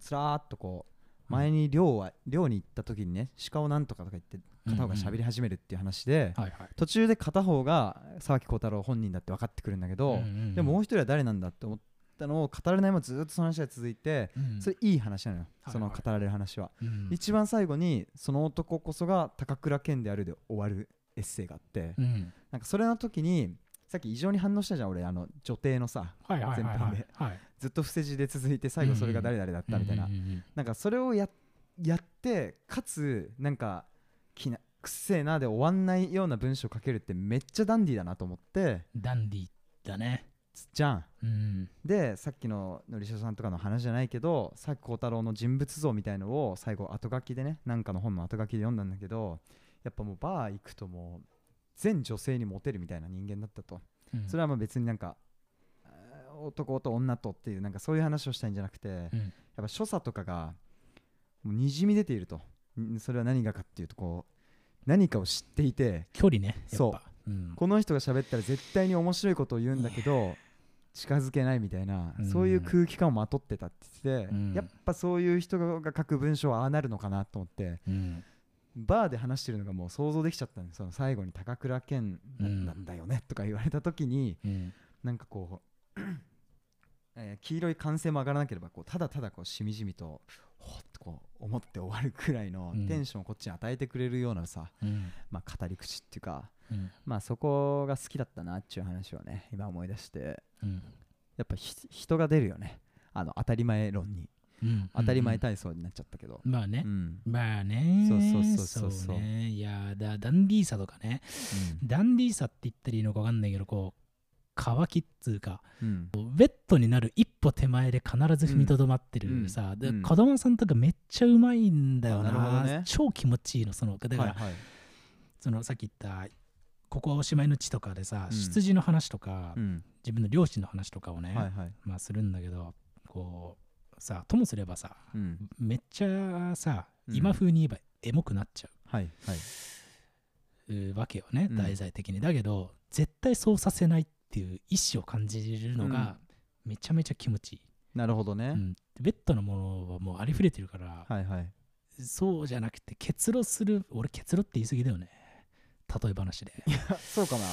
C: つらーっとこう前に寮は、寮に行った時にね鹿をなんとかとか言って片方が喋り始めるっていう話で、
B: はいはい
C: 途中で片方が沢木耕太郎本人だって分かってくるんだけ
B: う
C: ど、
B: んうん
C: でももう一人は誰なんだって思ったのを語られないままずっとその話が続いて、
B: うん
C: それいい話なのよ、
B: はい
C: その
B: はい
C: 語られる話は、
B: うん
C: 一番最後にその男こそが高倉健であるで終わるエッセイがあって、
B: うん
C: なんかそれの時にさっき異常に反応したじゃん俺あの女帝のさ
B: はいはいはい
C: 全
B: は
C: 編
B: い
C: で
B: はい
C: ずっと伏せ字で続いて最後それが誰々だったみたいな、
B: うんうんうん
C: なんかそれをややってかつなんかきなくっせえなで終わんないような文章書けるってめっちゃダンディーだなと思って
B: ダンディだね
C: つじゃん
B: うん
C: でさっきののりしおさんとかの話じゃないけどさっき孝太郎の人物像みたいのを最後後書きでねなんかの本の後書きで読んだんだけどやっぱもうバー行くともう全女性にモテるみたいな人間だったとそれ
B: は
C: はまあ別になんかあー男と女とっていうなんかそういう話をしたいんじゃなくて、
B: うん
C: やっぱ所作とかがもうにじみ出ているとんそれは何がかっていうとこう何かを知っていて
B: 距離ねやっぱ
C: そう
B: うん
C: この人が喋ったら絶対に面白いことを言うんだけど近づけないみたいな、
B: うん
C: そういう空気感をまとってたって言って
B: う
C: て、
B: ん
C: やっぱそういう人が書く文章はああなるのかなと思って
B: うん
C: バーで話してるのがもう想像できちゃったんですその最後に高倉健な,、
B: うん
C: ん、なんだよねとか言われた時に
B: うん
C: なんかこう、 えー黄色い歓声も上がらなければこうただただこうしみじみとほっとこう思って終わるくらいの
B: うん
C: テンションをこっちに与えてくれるようなさ、
B: うん
C: まあ、語り口っていうか、
B: うん
C: まあ、そこが好きだったなっていう話をね今思い出して
B: うん
C: やっぱひ人が出るよねあの当たり前論に
B: うん
C: 当たり前体操になっちゃったけど、
B: まあね
C: うん
B: まあね
C: そうそうそうそうそう
B: ねいやーだダンディーさとかねダンディーさって言ったらいいのか分かんないけどこう乾きっつうか
C: うんうん
B: ウェットになる一歩手前で必ず踏みとどまってるさ、
C: うん
B: で
C: うん
B: 子供さんとかめっちゃうまいんだよな
C: あなるほどね
B: 超気持ちいいのそのだから、
C: はいはい
B: そのさっき言ったここはおしまいの地とかでさ、
C: うん
B: 羊の話とか、
C: うん
B: 自分の両親の話とかをね、
C: はいはい
B: まあするんだけどこうさともすればさ
C: うん
B: めっちゃさ
C: うん
B: 今風に言えばエモくなっちゃ
C: はいはいう
B: うわけよね、
C: うん
B: 題材的にだけど絶対そうさせないっていう意志を感じるのがめちゃめちゃ気持ちいい、
C: なるほどね、
B: うん、ベッドのものはもうありふれてるから、
C: はいはい
B: そうじゃなくて結露する俺結露って言い過ぎだよね例え話で
C: あそうかな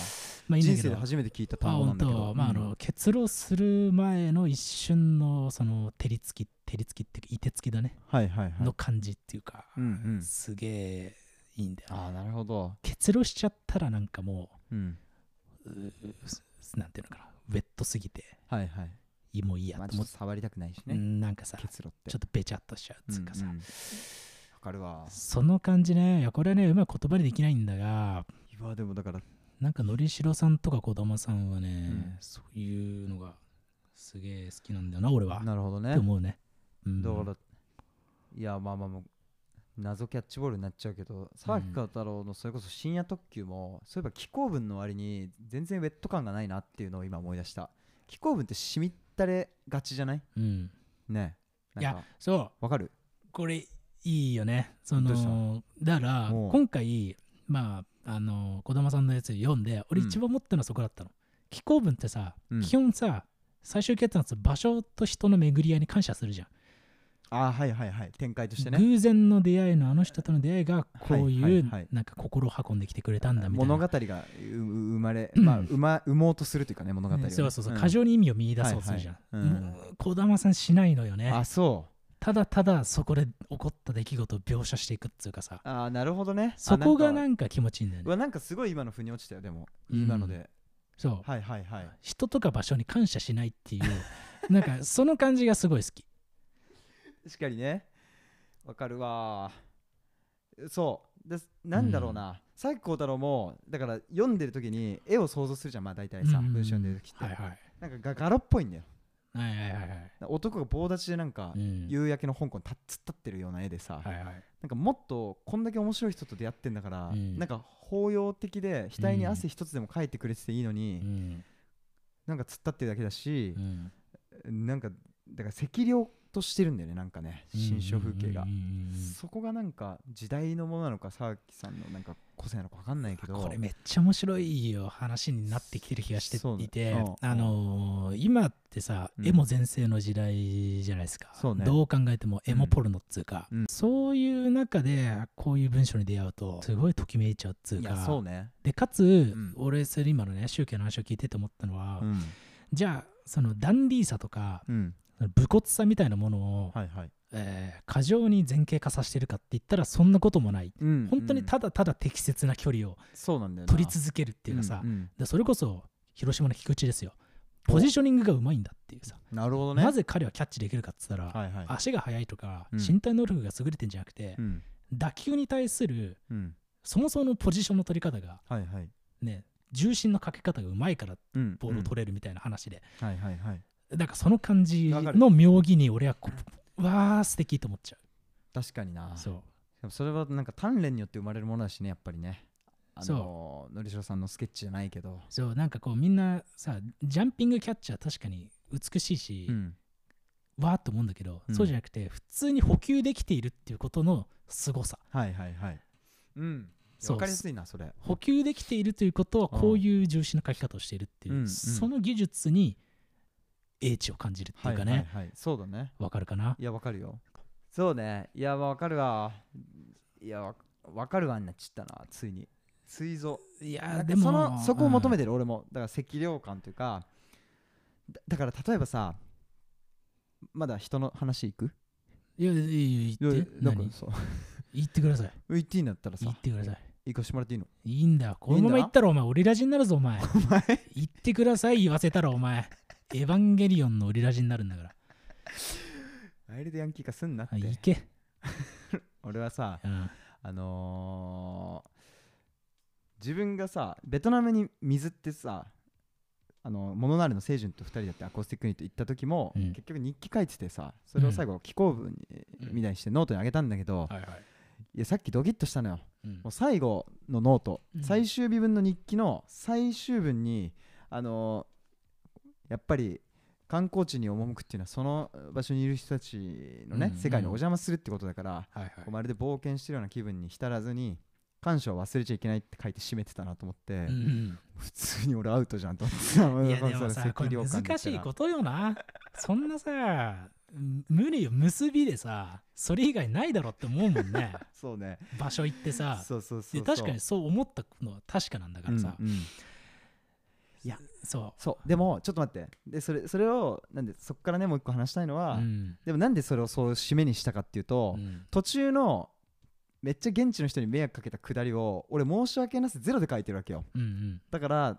B: まあいいんだけ
C: 人
B: ど
C: 生で初めて聞いた
B: あ
C: 単語な
B: 本
C: んだけ
B: 当
C: ど
B: まああ
C: うん
B: の結露する前の一瞬のその照りつき照りつきっていうかいてつきだね、
C: はいはいはい
B: の感じっていうか、
C: うんうん
B: すげえいいんだよ
C: ああなるほど
B: 結露しちゃったらなんかも
C: うん
B: うううすなんていうのかなウェットすぎて
C: はいはい
B: もういいや
C: まあ
B: と
C: ちょ
B: 思
C: っ
B: っ、
C: と触りたくないして
B: う
C: ね
B: んなんかさちょ
C: 結露って
B: っとべちゃっとしちゃうっつうかさ、
C: うんうんわかるわ
B: その感じねいやこれはねうまく言葉にできないんだが
C: いやでもだから
B: なんかのりしろさんとか子供さんはね、
C: ん
B: そういうのがすげえ好きなんだよな俺はっ
C: なるほどね
B: て思うね、うん、
C: だから、いや、まあまあまあ、謎キャッチボールになっちゃうけど、沢木孝太郎のそれこそ深夜特急も、そういえば気候文の割に全然ウェット感がないなっていうのを今思い出した。気候文ってしみったれがちじゃない
B: うん、
C: ねえ。
B: い
C: な
B: や
C: んか、
B: そ
C: わかる
B: うこれいいよねそ
C: どうした
B: のだから
C: おう
B: 今回まああの子供さんのやつ読んで俺
C: うん
B: 一番思ったのはそこだったの、気候文ってさ、
C: うん
B: 基本さ最終決断する場所と人の巡り合いに感謝するじゃん
C: ああ、はいはいはい。展開としてね。
B: 偶然の出会いのあの人との出会いがこういう、
C: はいはいはい
B: なんか心を運んできてくれたんだみたいな
C: 物語がう生まれ、まあ、生ま生もうとするというかね、物語をね、
B: そうそうそう、
C: ん
B: 過剰に意味を見出そうとするじゃん。
C: はいはいうん
B: もう児玉さんしないのよね
C: あ、。そう。
B: ただただそこで起こった出来事を描写していくっていうかさ、
C: ああ、なるほどね。あ
B: そこが
C: な
B: なん
C: か
B: んか気持ちいいんだよ
C: う
B: ね。
C: わ、なんかすごい今の腑に落ちたよ、でも。
B: うん
C: 今ので。
B: そう、
C: はいはいはい。
B: 人とか場所に感謝しないっていう、なんかその感じがすごい好き。
C: 確かにねわかるわそうですなんだろうな、佐々木幸太郎もだから読んでる時に絵を想像するじゃんまあ大体さ、
B: うん
C: 文章読んでる時って、
B: はいはい。
C: なんかがガロっぽいんだよ
B: はいはいはいはい。
C: 男が棒立ちでなんか、
B: うん
C: 夕焼けの香港た突っ立ってるような絵でさ、
B: はいはい。
C: なんかもっとこんだけ面白い人と出会ってんだから、
B: うん
C: なんか包容的で額に汗一つでもかいてくれてていいのに、
B: うん。
C: なんか突っ立ってるだけだし
B: う、ん
C: なんかだから赤涼としてるんだよねなんかね新象風景が
B: うんう、んうん
C: そこがなんか時代のものなのか沢木さんのなんか個性なのか分かんないけど
B: これめっちゃ面白いよ話になってきてる気がして
C: そうね
B: いて、
C: うん
B: あのー今ってさ、
C: うん
B: エモ全盛の時代じゃないですか
C: そうね
B: どう考えてもエモポルノっつうか、
C: うんうん
B: そういう中でこういう文章に出会うとすごいときめいちゃうっつう
C: い
B: か
C: やそうね
B: でかつ、
C: ん
B: 俺それ今のね宗教の話を聞いてて思ったのは、
C: うん
B: じゃあそのダンディーさとか
C: うん
B: 武骨さみたいなものを、
C: はいはい
B: えー過剰に前傾化させてるかって言ったらそんなこともない
C: うん
B: 本当に
C: うん
B: ただただ適切な距離を
C: そうなんだよな
B: 取り続けるっていうかさ、
C: んん
B: でそれこそ広島の菊池ですよポジショニングがうまいんだっていうさ、
C: なるほどね
B: なぜ彼はキャッチできるかっつったら、
C: はいはい
B: 足が速いとか、
C: うん
B: 身体能力が優れてんじゃなくて、
C: うん
B: 打球に対する
C: うん
B: そもそものポジションの取り方が
C: はいはい
B: ね重心のかけ方がうまいから
C: うん
B: ボールを取
C: れ
B: れるみたいな話で、
C: はいはいはい
B: なんかその感じ
C: わかる
B: の妙義に俺はこうわー素敵と思っちゃ
C: 確かにな
B: うそ
C: でもそれはなんか鍛錬によって生まれるものだしねやっぱりねあののりしろさんのスケッチじゃないけど
B: うそうなんかこうみんなさジャンピングキャッチャー確かに美しいし、
C: うん
B: わーっと思うんだけど、
C: うん
B: そうじゃなくて普通に補給できているっていうことの凄さ
C: はいはいはいうん
B: そう
C: わかりやすいなそれ
B: 補給できているということは
C: うん
B: こういう重心の書き方をしているっていう、
C: うんうん
B: その技術に英知を感じるって
C: はいいう
B: か
C: はい
B: ねわ、
C: はいそうだね
B: かるかない
C: やわかるよそうねいやわかるわいやわわかるわになっちゃったなついについぞ
B: いや
C: な
B: ー
C: ん
B: で
C: か
B: も
C: そのそこを求め
B: て、
C: てる、俺もだから適量感というかだだから例えばさまだ人の話いく
B: うんいやいやいや言って
C: なんか
B: 何
C: そう
B: 言ってください
C: VT になったらさ
B: 言ってください
C: 行かしてもらっていいの
B: いいんだよこのまま
C: いいんだ
B: 言ったらお前オリラジになるぞお前
C: お前
B: 言ってください言わせたらお前エヴァンゲリオンのオリラジになるんだから
C: あれでヤンキー化すんなって、
B: はい行け、
C: 俺はさ
B: うん、
C: あのー自分がさベトナムに水ってさあのモノナールの清純と2人だってアコースティックユニット行った時も、
B: うん
C: 結局日記書いててさそれを最後紀行文に、
B: うん
C: みたいにしてノートにあげたんだけ
B: は
C: ど、
B: いはい、
C: いやさっきドキッとしたのよ
B: うん
C: もう最後のノート、
B: うん
C: 最終日分の日記の最終文にあのーやっぱり観光地に赴くっていうのはその場所にいる人たちのね、
B: うん
C: 世界にお邪魔するってことだから、
B: はいはい
C: こうまるで冒険してるような気分に浸らずに感謝を忘れちゃいけないって書いて締めてたなと思って、
B: うん
C: 普通に俺アウトじゃんと思ってた
B: うん、いやでも
C: そ
B: さ
C: れ
B: これ
C: 量感だ
B: 難
C: った
B: し
C: ら
B: いことよなそんなさ無理よ結びでさそれ以外ないだろって思うもん ね
C: そうね
B: 場所行ってさ
C: そうそうそう
B: で
C: そう
B: 確かにそう思ったのは確かなんだからさ、
C: うんうん
B: そ
C: そうでもちょっと待ってでそれそれをなんでそこからねもう一個話したいの
B: う、
C: は、
B: うん
C: でもなんでそれをそう締めにしたかっていうと、
B: うん
C: 途中のめっちゃ現地の人に迷惑かけたくだりを俺申し訳なすゼロで書いてるわけよ
B: うんうん
C: だから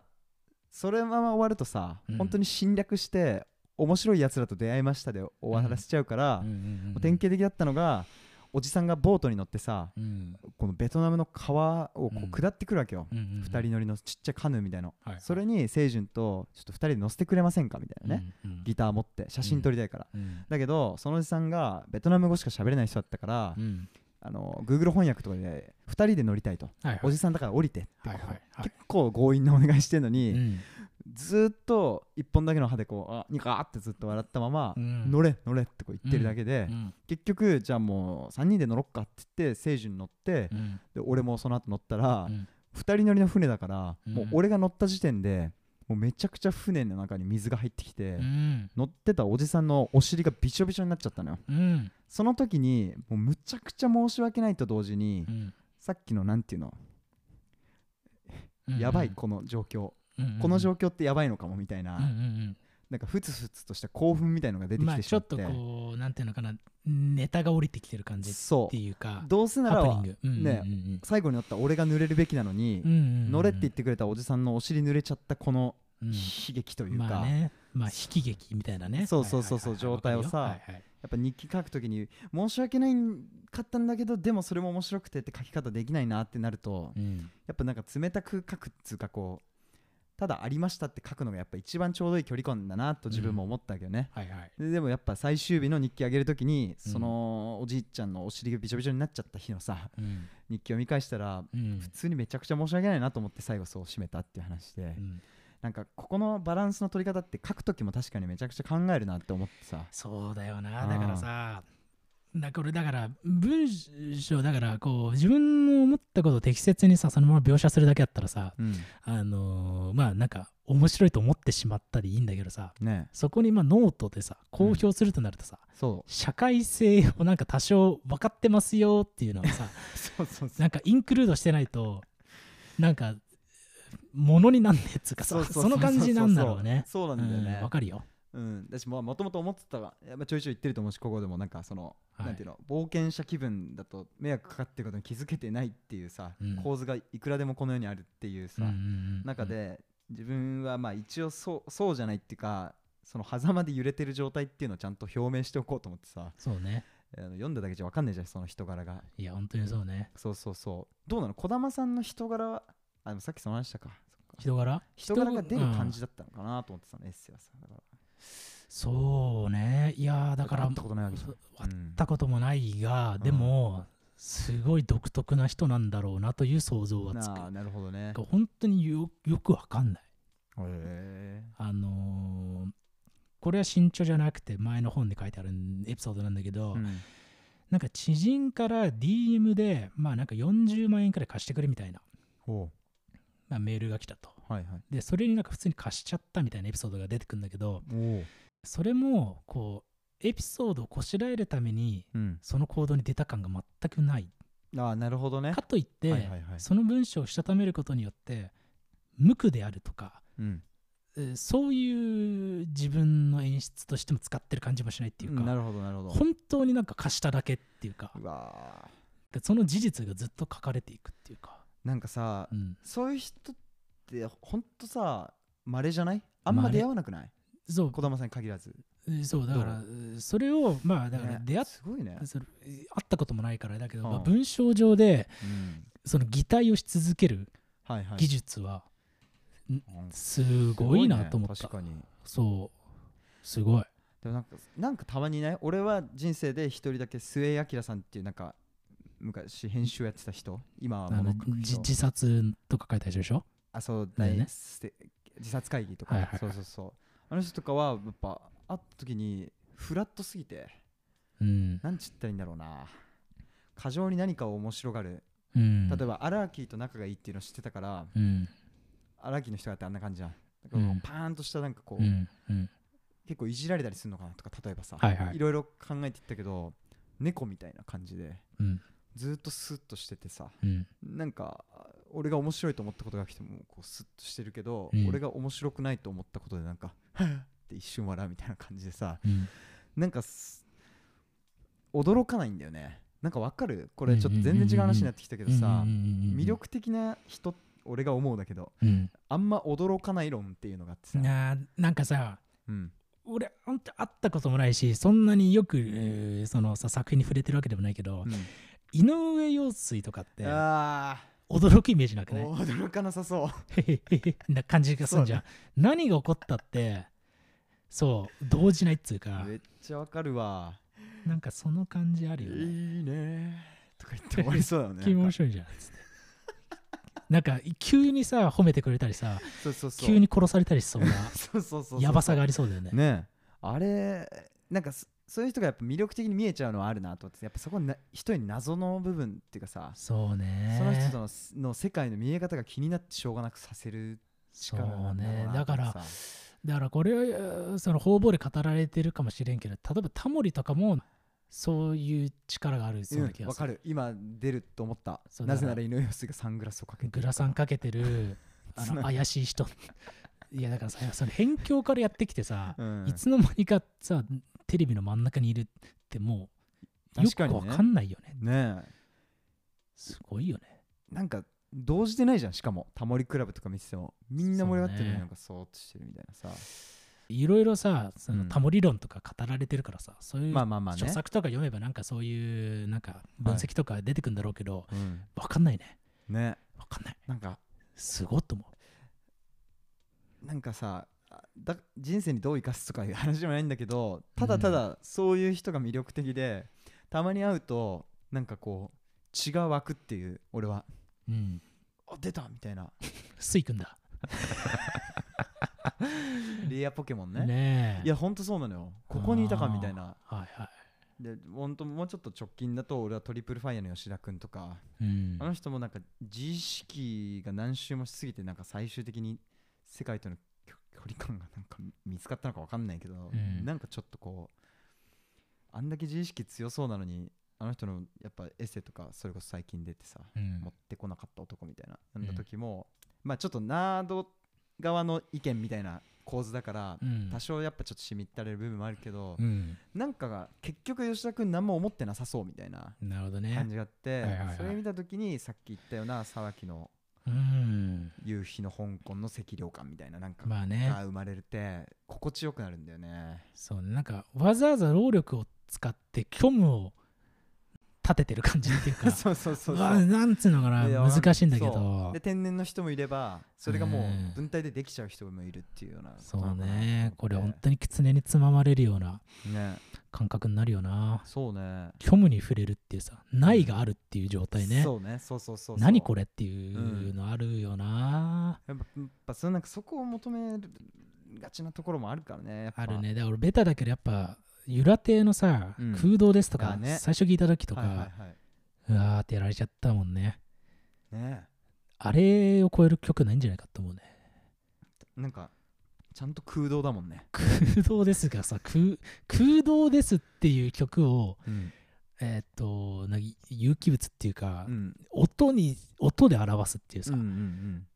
C: それまま終わるとさ、
B: うん
C: 本当に侵略して面白いやつらと出会いましたで終わらせちゃうから、
B: うんうんうん
C: 典型的だったのがおじさんがボートに乗ってさ
B: うん
C: このベトナムの川をこ
B: うん
C: う下ってくるわけよ、
B: うんうん、
C: 二2人乗りのちっちゃいカヌーみたいの、
B: はいはい
C: それに清純とちょっと2人で乗せてくれませんかみたいなね、
B: うんうん
C: ギター持って写真撮りたいから、
B: うん
C: だけどそのおじさんがベトナム語しか喋れない人だったから、
B: うん
C: あの Google 翻訳とかで2人で乗りたいと、
B: はいはい
C: おじさんだから降りてって、
B: はいはいはい
C: 結構強引なお願いしてるのに、
B: うん
C: ずーっと1本だけの歯でこうあニカーってずっと笑ったまま、
B: うん
C: 乗れ乗れってこう言ってるだけで、
B: うん
C: 結局じゃあもう3人で乗ろっかって言って聖純に乗って、
B: うん
C: で俺もその後乗ったら、
B: うん
C: 2人乗りの船だから、
B: うん
C: もう俺が乗った時点でもうめちゃくちゃ船の中に水が入ってきて、
B: うん
C: 乗ってたおじさんのお尻がびしょびしょになっちゃったのよ
B: うん
C: その時にもうむちゃくちゃ申し訳ないと同時に、
B: うん
C: さっきのなんていうの、
B: うん
C: やばいこの状況、
B: うんうん
C: この状況ってやばいのかもみたいな、
B: うんうん
C: なんかふつふつとした興奮みたいのが
B: う
C: 出て
B: んま
C: き
B: あ
C: てし
B: ちょ
C: ま
B: っ
C: って、
B: とこうなんていうのかなネタが降りてきてる感じっ
C: そ
B: ていうか
C: うどうせな
B: ハプニ
C: ら
B: ングうんうん
C: ね最後に乗った俺が濡れるべきなのに
B: うんう、んうんうん
C: 乗れって言ってくれたおじさんのお尻濡れちゃったこの
B: うん
C: 悲劇というか、
B: まあねまあ悲喜劇みたいなね
C: そうそうそうそう
B: はいはいはい
C: 状態をさ
B: わかるよはい
C: やっぱ日記書くときに申し訳ないかったんだけどでもそれも面白くてって書き方できないなってなると、
B: はいうん
C: やっぱなんか冷たく書くっつうかこうただありましたって書くのがやっぱ一番ちょうどいい距離感だなと自分も思ったわけどね、
B: はいはい
C: ででもやっぱ最終日の日記あげるときに
B: うん
C: そのおじいちゃんのお尻がびちょびちょになっちゃった日のさ
B: うん
C: 日記を見返したら
B: うん
C: 普通にめちゃくちゃ申し訳ないなと思って最後そう締めたっていう話で、
B: うん
C: なんかここのバランスの取り方って書くときも確かにめちゃくちゃ考えるなって思ってさ
B: そうだよ
C: あ
B: な
C: ー
B: だからさだから俺だから文章だからこう自分の思ったことを適切にさそのまま描写するだけだったらさ
C: うん
B: あのーまあなんか面白いと思ってしまったりいいんだけどさ
C: ね
B: そこにまあノートでさ公表するとなるとさ、
C: そう
B: 社会性をなんか多少分かってますよっていうのを さ
C: そうそうそう
B: なんかインクルードしてないとなんかものになんねえっつうかさ その感じなんだろうね。
C: そうなんだよね
B: うんわかるよ。
C: うん私もともと思ってたがやっぱちょいちょい言ってると思うしここでもなんかその、
B: はい
C: なんていうの冒険者気分だと迷惑かかってることに気づけてないっていうさ、
B: うん
C: 構図がいくらでもこの世にあるっていうさ、
B: うんうんうん
C: 中で自分はまあ一応そうそうじゃないっていうかその狭間で揺れてる状態っていうのをちゃんと表明しておこうと思ってさ
B: そうね。
C: あの読んだだけじゃ分かんないじゃんその人柄が
B: いや本当にそうね。
C: そうそうそうどうなの児玉さんの人柄はあでもさっきその話したかそっか
B: 人柄
C: 人柄が出る感じ
B: だ、
C: だったのかなと思ってたのエッセイはさだから
B: うんそうね。いやーだから
C: 会ったことないわけじゃん
B: そう
C: う
B: 会っ
C: ん
B: たこともないが、
C: ん
B: でもすごい独特な人なんだろうなという想像はつく
C: なあ。なるほどね
B: なんか本当によよくわかんない。
C: へ
B: あのーこれは新潮じゃなくて前の本で書いてあるエピソードなんだけど、
C: えうん
B: なんか知人から DM でまあなんか40万円くらい貸してくれみたいな、
C: おう
B: まあ、メールが来たと
C: はいはい
B: でそれになんか普通に貸しちゃったみたいなエピソードが出てくるんだけど
C: おう
B: それもこうエピソードをこしらえるために
C: うん、
B: その行動に出た感が全くない
C: ああなるほどね
B: かといって、
C: はいはいはい
B: その文章をしたためることによって無垢であるとか
C: うん、
B: えーそういう自分の演出としても使ってる感じもしないっていうか、
C: うんなるほどなるほど
B: 本当になんか貸しただけっていうか
C: うわー
B: でその事実がずっと書かれていくっていうか、
C: なんかさ、
B: うん、
C: そういう人ってほんとさまれじゃないあんま
B: 稀
C: 出会わなくない
B: そう
C: 児玉さんに限らず
B: えーそうだからえーそれをまあだから
C: ね
B: 出会っ
C: すごいね、
B: それえー会ったこともないからだけど、
C: うん
B: まあ文章上で
C: うん、
B: その擬態をし続ける
C: はいはい
B: 技術は
C: うん
B: すごいなと思った、
C: すごいね確かに
B: そうすごい
C: でもなんかなんかたまにね俺は人生で一人だけ末井明さんっていうなんか昔編集やってた人今は
B: あ
C: も
B: の
C: の
B: じ自殺とか書いた人でしょ
C: あそう
B: だ
C: 大
B: よね
C: すて自殺会議とか、
B: はいはいはい
C: そうそうそうあの人とかはやっぱ会った時にフラットすぎて
B: うん、
C: なんちったらいいんだろうな過剰に何かを面白がる
B: うん、
C: 例えばアラーキーと仲がいいっていうのを知ってたから、
B: うん
C: アラーキーの人だってあんな感じじゃんだからもううんパーンとしたなんかこう、
B: うんうん
C: 結構いじられたりするのかなとか例えばさ、
B: はいはい
C: ろいろ考えていったけど猫みたいな感じで
B: うん
C: ずっとスッとしててさ
B: うん
C: なんか俺が面白いと思ったことが来てもこうスッとしてるけど、
B: うん
C: 俺が面白くないと思ったことでなんか「はぁって一瞬笑うみたいな感じでさ
B: うん
C: なんかす驚かないんだよねなんかわかるこれちょっと全然違う話になってきたけどさ
B: うんうんうんうんうん
C: 魅力的な人俺が思うだけど
B: うん
C: あんま驚かない論っていうのがあってさ、
B: ななんかさ
C: うん、
B: 俺本当会ったこともないしそんなによく、えーそのさ作品に触れてるわけでもないけど、
C: うん
B: 井上陽水とかって
C: あー
B: 驚くイメージなくない
C: 驚かなさそう
B: へへへへ な感じがすんじゃん、何が起こったってそう動じないっつうか
C: めっちゃわかるわ
B: なんかその感じあ
C: い
B: るよね
C: いねとか言って終わりそうだよね
B: 気
C: なん
B: 面
C: か
B: 白いじゃんつってなんか急にさ褒めてくれたりさ
C: そうそうそう
B: 急に殺されたりしそうな
C: そうそうそうそう
B: やばさがありそうだよね
C: ねえあれなんかそそういう人がやっぱ魅力的に見えちゃうのはあるなと思ってやっぱそこにな人に謎の部分っていうかさ
B: そうね
C: その人のの世界の見え方が気になってしょうがなくさせる力
B: そう
C: なんだろう
B: ね
C: な
B: だから
C: とかさ
B: だからこれはえーその方々で語られてるかもしれんけど例えばタモリとかもそういう力があるそうな気
C: うん
B: が
C: わ
B: する、
C: かる今出ると思った
B: そうだ
C: な
B: から
C: ぜなら井上陽水がサングラスをかけて
B: グラサンかけてるあ
C: そん
B: の
C: な
B: 怪しい人いやだからさそれ辺境からやってきてさ、
C: うん
B: いつの間にかさテレビの真ん中にいるってもうよ
C: 確
B: く
C: かに
B: わ
C: ね
B: かんないよね
C: ねえ
B: すごいよね
C: なんか動じてないじゃんしかもタモリクラブとか見ててもみんな盛り上がってる
B: そう
C: の
B: ね
C: になんかそーっとしてるみたいなさ、
B: いろいろさそうの
C: ん
B: タモリ論とか語られてるからさそういう
C: まあまあまあね
B: 著作とか読めばなんかそういうなんか分析とか出てくるんだろうけど、
C: うん
B: わかんないね
C: ね
B: わかんない
C: なんか
B: すごっと思う
C: なんかさあだ人生にどう生かすとかいう話じゃないんだけどただただそういう人が魅力的で、たまに会うとなんかこう血が湧くっていう俺は
B: うん
C: あ出たみたいな
B: スイくんだ。
C: レアポケモンね
B: ねえ。
C: いやほんとそうなのよここにいたかみたいな
B: はいは
C: でほんともうちょっと直近だと俺はトリプルファイヤーの吉田君とか
B: い。うん
C: あの人もなんか自意識が何周もしすぎてなんか最終的に世界との距距離感がなんか見つかったのかわかんないけど、
B: うん
C: なんかちょっとこうあんだけ自意識強そうなのにあの人のやっぱエッセイとかそれこそ最近出てさ、
B: うん
C: 持ってこなかった男みたいななんだ時も、まあちょっとナード側の意見みたいな構図だから、
B: うん
C: 多少やっぱちょっとしみったれる部分もあるけど、
B: うん
C: なんかが結局吉田君何も思ってなさそうみたいな
B: なるほど
C: 感
B: ね。
C: じがあって、
B: はいはいはい
C: それ見た時にさっき言ったような沢木の
B: うん。
C: 夕日の香港の赤涼感みたいななんか
B: まあね。
C: が生まれて心地よくなるんだよね
B: そうねなんかわざわざ労力を使って虚無を立ててる感じっていうか。
C: そうそうそうそ
B: わあ
C: う
B: なんつうのかな
C: でわか
B: 難しいんだけ
C: そ
B: ど
C: うで。天然の人もいればそれがも
B: うん
C: う文体でできちゃう人もいるっていうようなことな
B: そう
C: のかなと思っ
B: ね
C: て。
B: これ本当に狐につままれるような
C: ね
B: 感覚になるよな。
C: そうね
B: 虚無に触れるっていうさ、ないがあるっていう状態ね。
C: そうねそうそうそうそう
B: 何これっていうのあるよな。
C: やっぱやっぱそのなんかそこを求めるがちなところもあるからねやっぱ
B: あるね。だから俺ベタだけどやっぱ、ゆら亭のさ、
C: うん
B: 空洞ですとか、
C: だね
B: 最初聞いた時とか、
C: はいはいはいう
B: わーってやられちゃったもんね。
C: ね
B: あれを超える曲ないんじゃないかと思うね。
C: なんかちゃんと空洞だもんね、
B: 空洞ですがさ 空空洞ですっていう曲を
C: うん
B: えーっとな有機物っていうか、
C: うん、
B: 音に音で表すっていうさ、
C: うんうん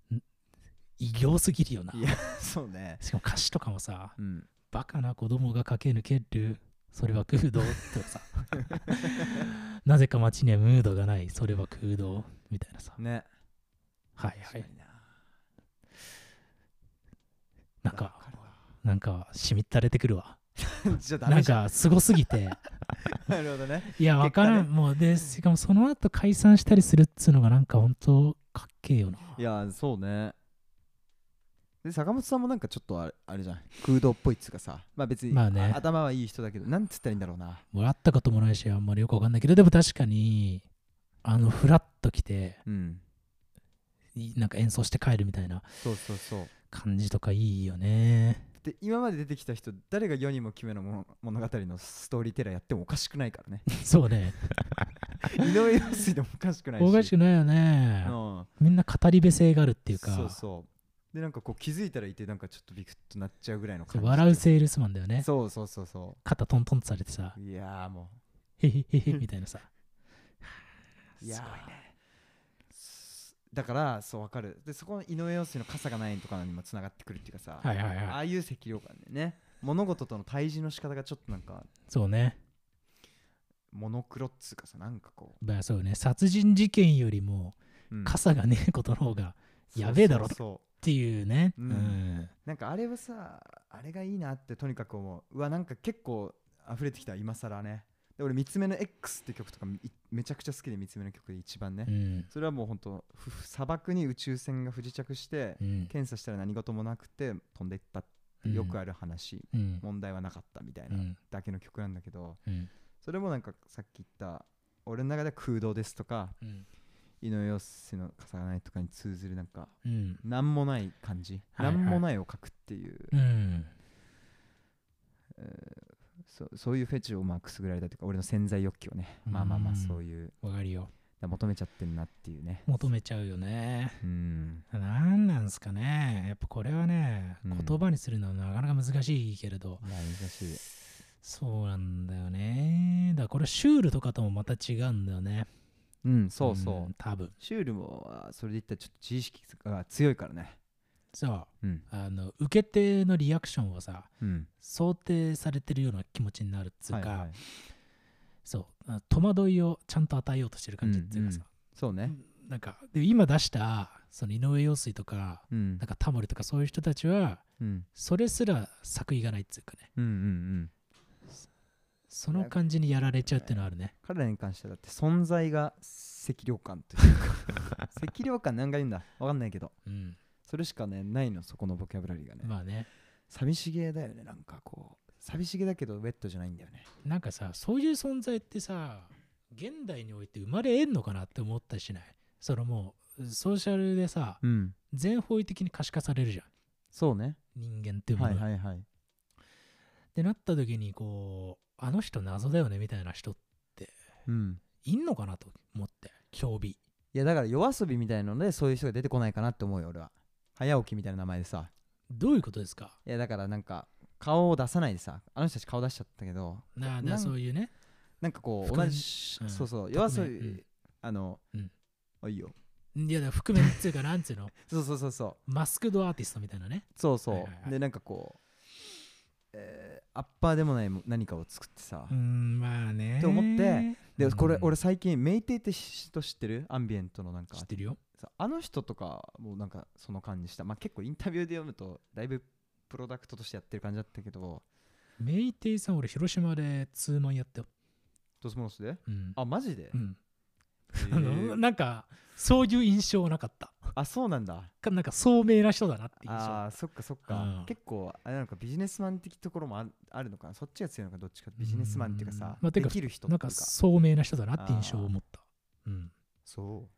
B: 異形すぎるよな
C: うんいやそうね
B: しかも歌詞とかもさ
C: うん
B: 「バカな子供が駆け抜けるそれは空洞」と かさ 「なぜか街にはムードがないそれは空洞」みたいなさ
C: ね
B: はいはい
C: な
B: なんかなんかしみったれてくるわ
C: じゃダ
B: な
C: メ
B: ん
C: じゃん
B: かすごすぎ て
C: なるほどね
B: いやわからん、
C: 結
B: もうでしかもその後解散したりするっつうのがなんか本当かっけえよない
C: やそうねで坂本さんもなんかちょっとあれあれじゃん空洞っぽいっつうかさまあ別に、
B: まあね
C: あ頭はいい人だけどなんつったらいいんだろうな
B: もらったこともないしあんまりよくわかんないけどでも確かにあのフラッと来て
C: うん
B: いなんか演奏して帰るみたいな
C: そうそうそう
B: 感じとかいいよ ね
C: で今まで出てきた人誰が世にも奇妙な物物語のストーリーテラーやってもおかしくないから ね
B: そうね
C: 井上陽水でもおかしくないし
B: おかしくないよね
C: うん、っ
B: みんな語り部性があるっていうか
C: そうそうでなんかこう気づいたらいてなんかちょっとビクッとなっちゃうぐらいの
B: そ
C: 感
B: う
C: じ
B: 笑うセールスマンだよね
C: そうそうそうそ
B: 肩トントンってされてさ
C: ういやーも
B: へへへへみたいなさ
C: ういや
B: すごい
C: ーねすだからそうわかるでそこの井上陽水の傘がないとかにもつながってくるっていうかさ、
B: はいはいは
C: あ
B: い
C: あいう赤量感でね物事との対峙の仕方がちょっとなんか
B: そうね
C: モノクロっつうかさなんかこ
B: まあそうね殺人事件よりも
C: う、うん
B: 傘がねえ ことの方がやべえだろ
C: そうそうそう
B: っていうねう、
C: うんんなんかあれはさあれがいいなってとにかく思ううわなんか結構溢れてきた今更ねで俺「三つ目の X」って曲とかいめちゃくちゃ好きで三つ目の曲で一番ね、
B: うん
C: それはもうほんとふ砂漠に宇宙船が不時着して、
B: うん
C: 検査したら何事もなくて飛んでったってよくある話、
B: うん
C: 問題はなかったみたいうなんだけの曲なんだけど
B: うん
C: それもなんかさっき言った俺の中では空洞ですとか
B: うん
C: 井上陽水の重なりとかに通ずるなんか
B: うん
C: 何もない感じ、
B: はいはい
C: 何もないを書くっていう
B: うん
C: えーそそういうフェチをまあくすぐられたというか俺の潜在欲求をねまあまあま
B: うん
C: あそういう
B: わかるよ
C: だ求めちゃってんなっていうね
B: 求めちゃうよね
C: うん
B: なんなんすかねやっぱこれはね、
C: うん
B: 言葉にするのはなかなか難しいけれど
C: いや難しい
B: そうなんだよねだからこれシュールとかともまた違うんだよね
C: うんそうそう、
B: ん多分
C: シュールもあそれで言ったらちょっと自意識が強いからね
B: そう
C: うん
B: あの受け手のリアクションをさ
C: うん
B: 想定されてるような気持ちになるっつうか、
C: はいはい
B: そうあ戸惑いをちゃんと与えようとしてる感じっていうかさ、
C: そうね
B: なんかで今出したその井上陽水とか
C: うん
B: なんかタモリとかそういう人たちは
C: うん
B: それすら作為がないっつうかね
C: うんうんうん
B: その感じにやられちゃうっていうのはあるね
C: 彼らに関してはだって存在が赤量感という か赤量感何が言うんだわかんないけど
B: うん
C: それしかねないのそこのボキャブラリーがね、
B: まあね
C: 寂しげだよねなんかこう寂しげだけどウェットじゃないんだよね
B: なんかさそういう存在ってさ現代において生まれえんのかなって思ったりしないそのもうソーシャルでさ
C: うん
B: 全方位的に可視化されるじゃん
C: そうね
B: 人間っていうもの
C: は
B: が
C: いはいはい
B: ってなった時にこうあの人謎だよねみたいな人
C: うん
B: いんのかなと思って興味
C: いやだから夜遊びみたいなのでそういう人が出てこないかなって思うよ俺は早起きみたいな名前でさ
B: どういうことですか
C: いやだからなんか顔を出さないでさあの人たち顔出しちゃったけど
B: なあ
C: な
B: なんそういうね
C: なんかこう
B: 覆面
C: 同じ、
B: うん
C: そうそう夜遊び、
B: うん
C: あの、
B: うん
C: あいいよ
B: いやだから覆面っていうかなんつうの
C: そうそうそうそう
B: マスクドアーティストみたいなね
C: そうそう、
B: はいはいはい
C: でなんかこう、えーアッパーでもないも何かを作ってさ、
B: うーんまあね
C: って思って
B: う
C: で
B: ん
C: これ俺最近メイテイって人知ってるアンビエントのなんか
B: 知ってるよ
C: さあの人とかもなんかその感じした、まあ、結構インタビューで読むとだいぶプロダクトとしてやってる感じだったけど
B: メイテイさん俺広島でツーマンやったよ
C: ドスモノスで
B: うん
C: あマジで、
B: うん
C: へ
B: あの
C: ー
B: なんかそういう印象はなかった
C: あそうなんだ
B: かなんか聡明な人だなって印象
C: あーそっかそっか、
B: うん
C: 結構あれなのかビジネスマン的ところもああるのかなそっちが強いのかどっちかビジネスマンっていうか
B: うん
C: さ、
B: まあてか
C: できる人って
B: ない
C: うんか
B: か聡明な人だなって印象を持ったうん
C: そ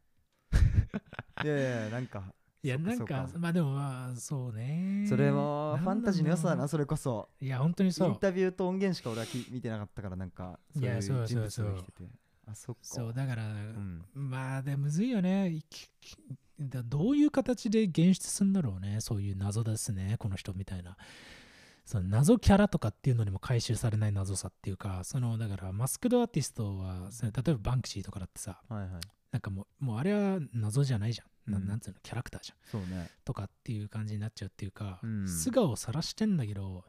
C: う いやいやいやなんか
B: いや
C: そっか
B: なんか
C: そっか
B: まあでもまあそうね
C: それもファンタジーの良さだ
B: ん
C: な
B: なんだろ
C: それこそう
B: いや本当に
C: イ
B: そ
C: ン
B: う
C: タビューと音源しか俺はき見てなかったからなんかそうい
B: いや
C: う
B: そ
C: 人
B: う
C: 物
B: そ
C: が
B: う
C: 生
B: そう
C: きててあそっか
B: そうだから
C: うん
B: まあでむずいよねききだどういう形で現出するんだろうねそういう謎ですねこの人みたいなその謎キャラとかっていうのにも回収されない謎さっていうかそのだからマスクドアーティストはその例えばバンクシーとかだってさ
C: はいはい
B: なんかもうもうあれは謎じゃないじゃん、な
C: うん
B: なんつうのキャラクターじゃん
C: そうね
B: とかっていう感じになっちゃうっていうか、
C: うん
B: 素顔を晒してんだけど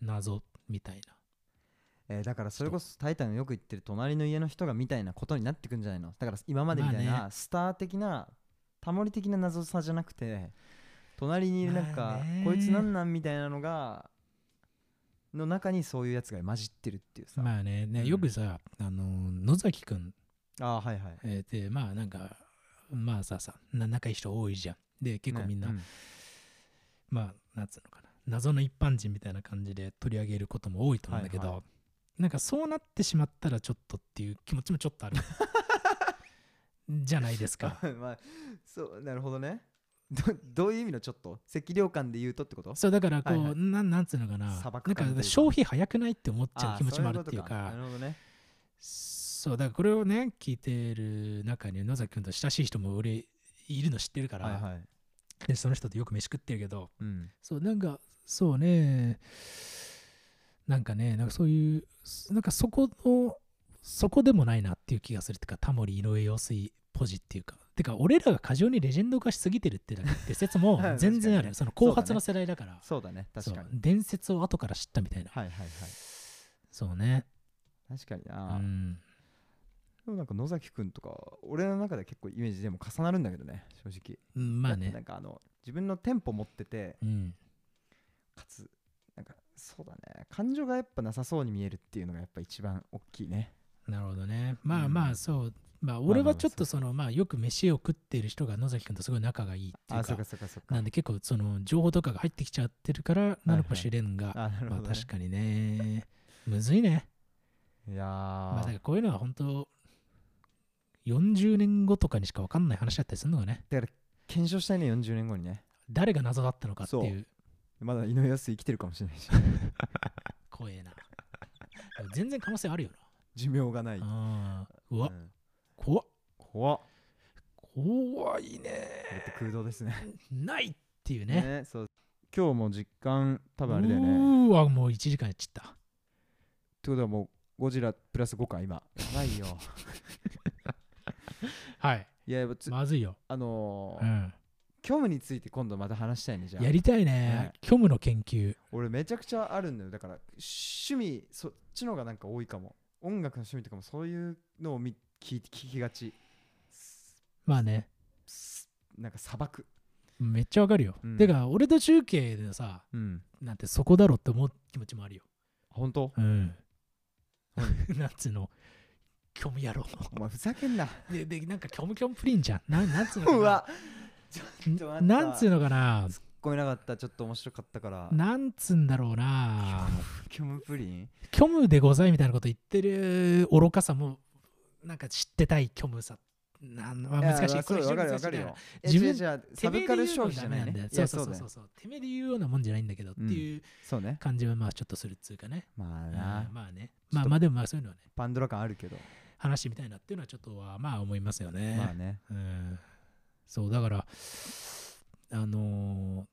B: 謎みたいな
C: えーだからそれこそ「タイタン」がよく言ってる隣の家の人がみたいなことになってくんじゃないのだから今までみたい
B: まあ
C: なスター的なタモリ的な謎さじゃなくて隣にいるなん
B: まあ
C: か
B: ね
C: こいつなんなんみたいなのがの中にそういうやつが混じってるっていうさ
B: まあねね
C: うん
B: よくさ、あの野崎くん
C: あーはいはい
B: えーでまあなんかまあささな仲いい人多いじゃんで結構
C: ね
B: みんな、
C: う
B: まあなんつうのかな謎の一般人みたいな感じで取り上げることも多いと思うんだけど、
C: はいは
B: なんかそうなってしまったらちょっとっていう気持ちもちょっとあ るじゃないですか
C: まあそうなるほどねどどういう意味のちょっと赤涼感で言うとってこと
B: そうだからこう、
C: はいはい
B: ななんつうのかな
C: 砂
B: な
C: 漠
B: ん
C: 感というか
B: か消費早くないって思っちゃ
C: ー
B: う気持ちもあ
C: そ
B: るっていう
C: こと
B: か
C: なるほどね
B: そうだからこれをね聞いてる中に野崎君と親しい人も俺いるの知ってるから、
C: はいはい
B: でその人とよく飯食ってるけど
C: うん
B: そうなんかそうねなんかねなんかそういうすなんかそこのそこでもないなっていう気がするっていうかタモリ井上陽水ポジっていうかてか俺らが過剰にレジェンド化しすぎてるってだけって説も
C: はい
B: 全然あ
C: 確かに
B: る
C: ね
B: その後発の世代だから
C: そうだね確かに
B: そう伝説を後から知ったみたいな、
C: はいはいはい
B: そうね
C: 確かに
B: う
C: な、
B: ん
C: でもなんか野崎くんとか俺の中では結構イメージでも重なるんだけどね正直
B: うんまあ
C: だってな
B: ね
C: んかあの自分のテンポ持ってて
B: うん
C: かつなんかそうだね感情がやっぱなさそうに見えるっていうのがやっぱ一番大きいね
B: なるほどねまあま
C: う
B: あ
C: ん
B: そう、まあ
C: まあ
B: 俺はちょっとそのまあよく飯を食ってる人が野崎君とすごい仲がいいってい
C: あ
B: う
C: そ
B: か
C: うかそうかそうか
B: なんで結構その情報とかが入ってきちゃってるからなのかもしれんが、
C: あなるほ
B: ま
C: ど、
B: あ
C: ね、
B: 確かにねむずいね
C: いやー、
B: まあだからこういうのは本当40年後とかにしか分かんない話だったりするのがね
C: だから検証したいね40年後にね
B: 誰が謎だったのかっていう
C: まだ井上康生きてるかもしれないし
B: 怖えなでも全然可能性あるよ
C: 寿命がない、
B: な、 あーうわ
C: うん
B: 怖っ
C: 怖っこ
B: 怖いね
C: れって空洞ですね
B: ないっていうね
C: ねそう今日も実感多分あれだよ
B: う
C: ね
B: ーわもう1時間やっちゃった
C: ってことはもうゴジラプラス5か今やばいよ
B: はい
C: いややっぱつ、
B: まずいよ、
C: あのー
B: うん、
C: 虚無について今度また話したいねじゃあ
B: やりたいね
C: ね
B: 虚無の研究
C: 俺めちゃくちゃあるんだよだから趣味そっちの方がなんか多いかも音楽の趣味とかもそういうのを見聞いて聞きがちす
B: まあね
C: すなんか砂漠
B: めっちゃわかるよ、
C: うん
B: てか俺と中継でさ
C: うん
B: なんてそこだろって思う気持ちもあるよ
C: 本当
B: うん なんつうの虚無野郎
C: お前ふざけんな
B: ででなんか虚無虚無プリンじゃんなんなんつうのかな
C: うわ
B: んなんつうのかな
C: ごめんなかったちょっと面白かったから
B: なんつうんだろうな
C: 虚無プリン
B: 虚無でございみたいなこと言ってる愚かさもなんか知ってたい虚無さなんまあ
C: や
B: 難し
C: ま
B: い
C: あそう
B: 非常
C: わ
B: に難
C: かるわ
B: しい
C: かるよえ
B: 自分
C: 違う違うサブカル消費じゃないね
B: そう
C: や
B: そうそう
C: だ
B: そう
C: よ
B: そうてめえで言うようなもんじゃないんだけどっていう
C: そうね
B: 感じはまあちょっとするっつうかね、
C: まあ
B: うん
C: な
B: まあね
C: と
B: まあまあでもまあそういうのはね
C: パンドラ感あるけど
B: 話してみたいなっていうのはちょっとはまあ思いますよね、
C: まあね
B: うんそうだからあのー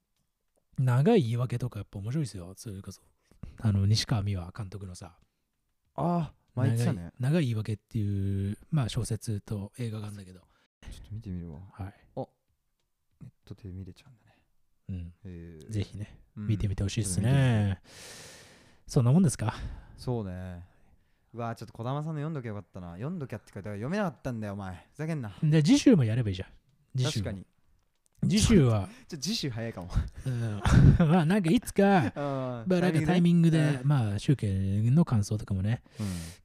B: 長い言い訳とかやっぱ面白いですよそれこそあの西川美和監督のさ
C: ああ前言
B: 長
C: ってた
B: い
C: ね
B: 長い言い訳っていう、まあ、小説と映画があるんだけど、
C: ちょっと見てみるわ
B: はい
C: ネットで見れちゃうんだね
B: うん、
C: へえ
B: ぜひね
C: うん
B: 見てみてほしいです
C: ちょっと見てみ
B: ね、そんなもんですか
C: そうねうわちょっと児玉さんの読んどきゃよかったな読んどきゃってかだから読めなかったんだよお前ふざけんな
B: で次週もやればいいじゃん。次週
C: 確
B: も
C: かに
B: 次週は、
C: ちょっと次週早いか も
B: うんまあなんかいつか、
C: ま
B: まあなんかタイミングで、
C: うん
B: まあ集計の感想とかもね、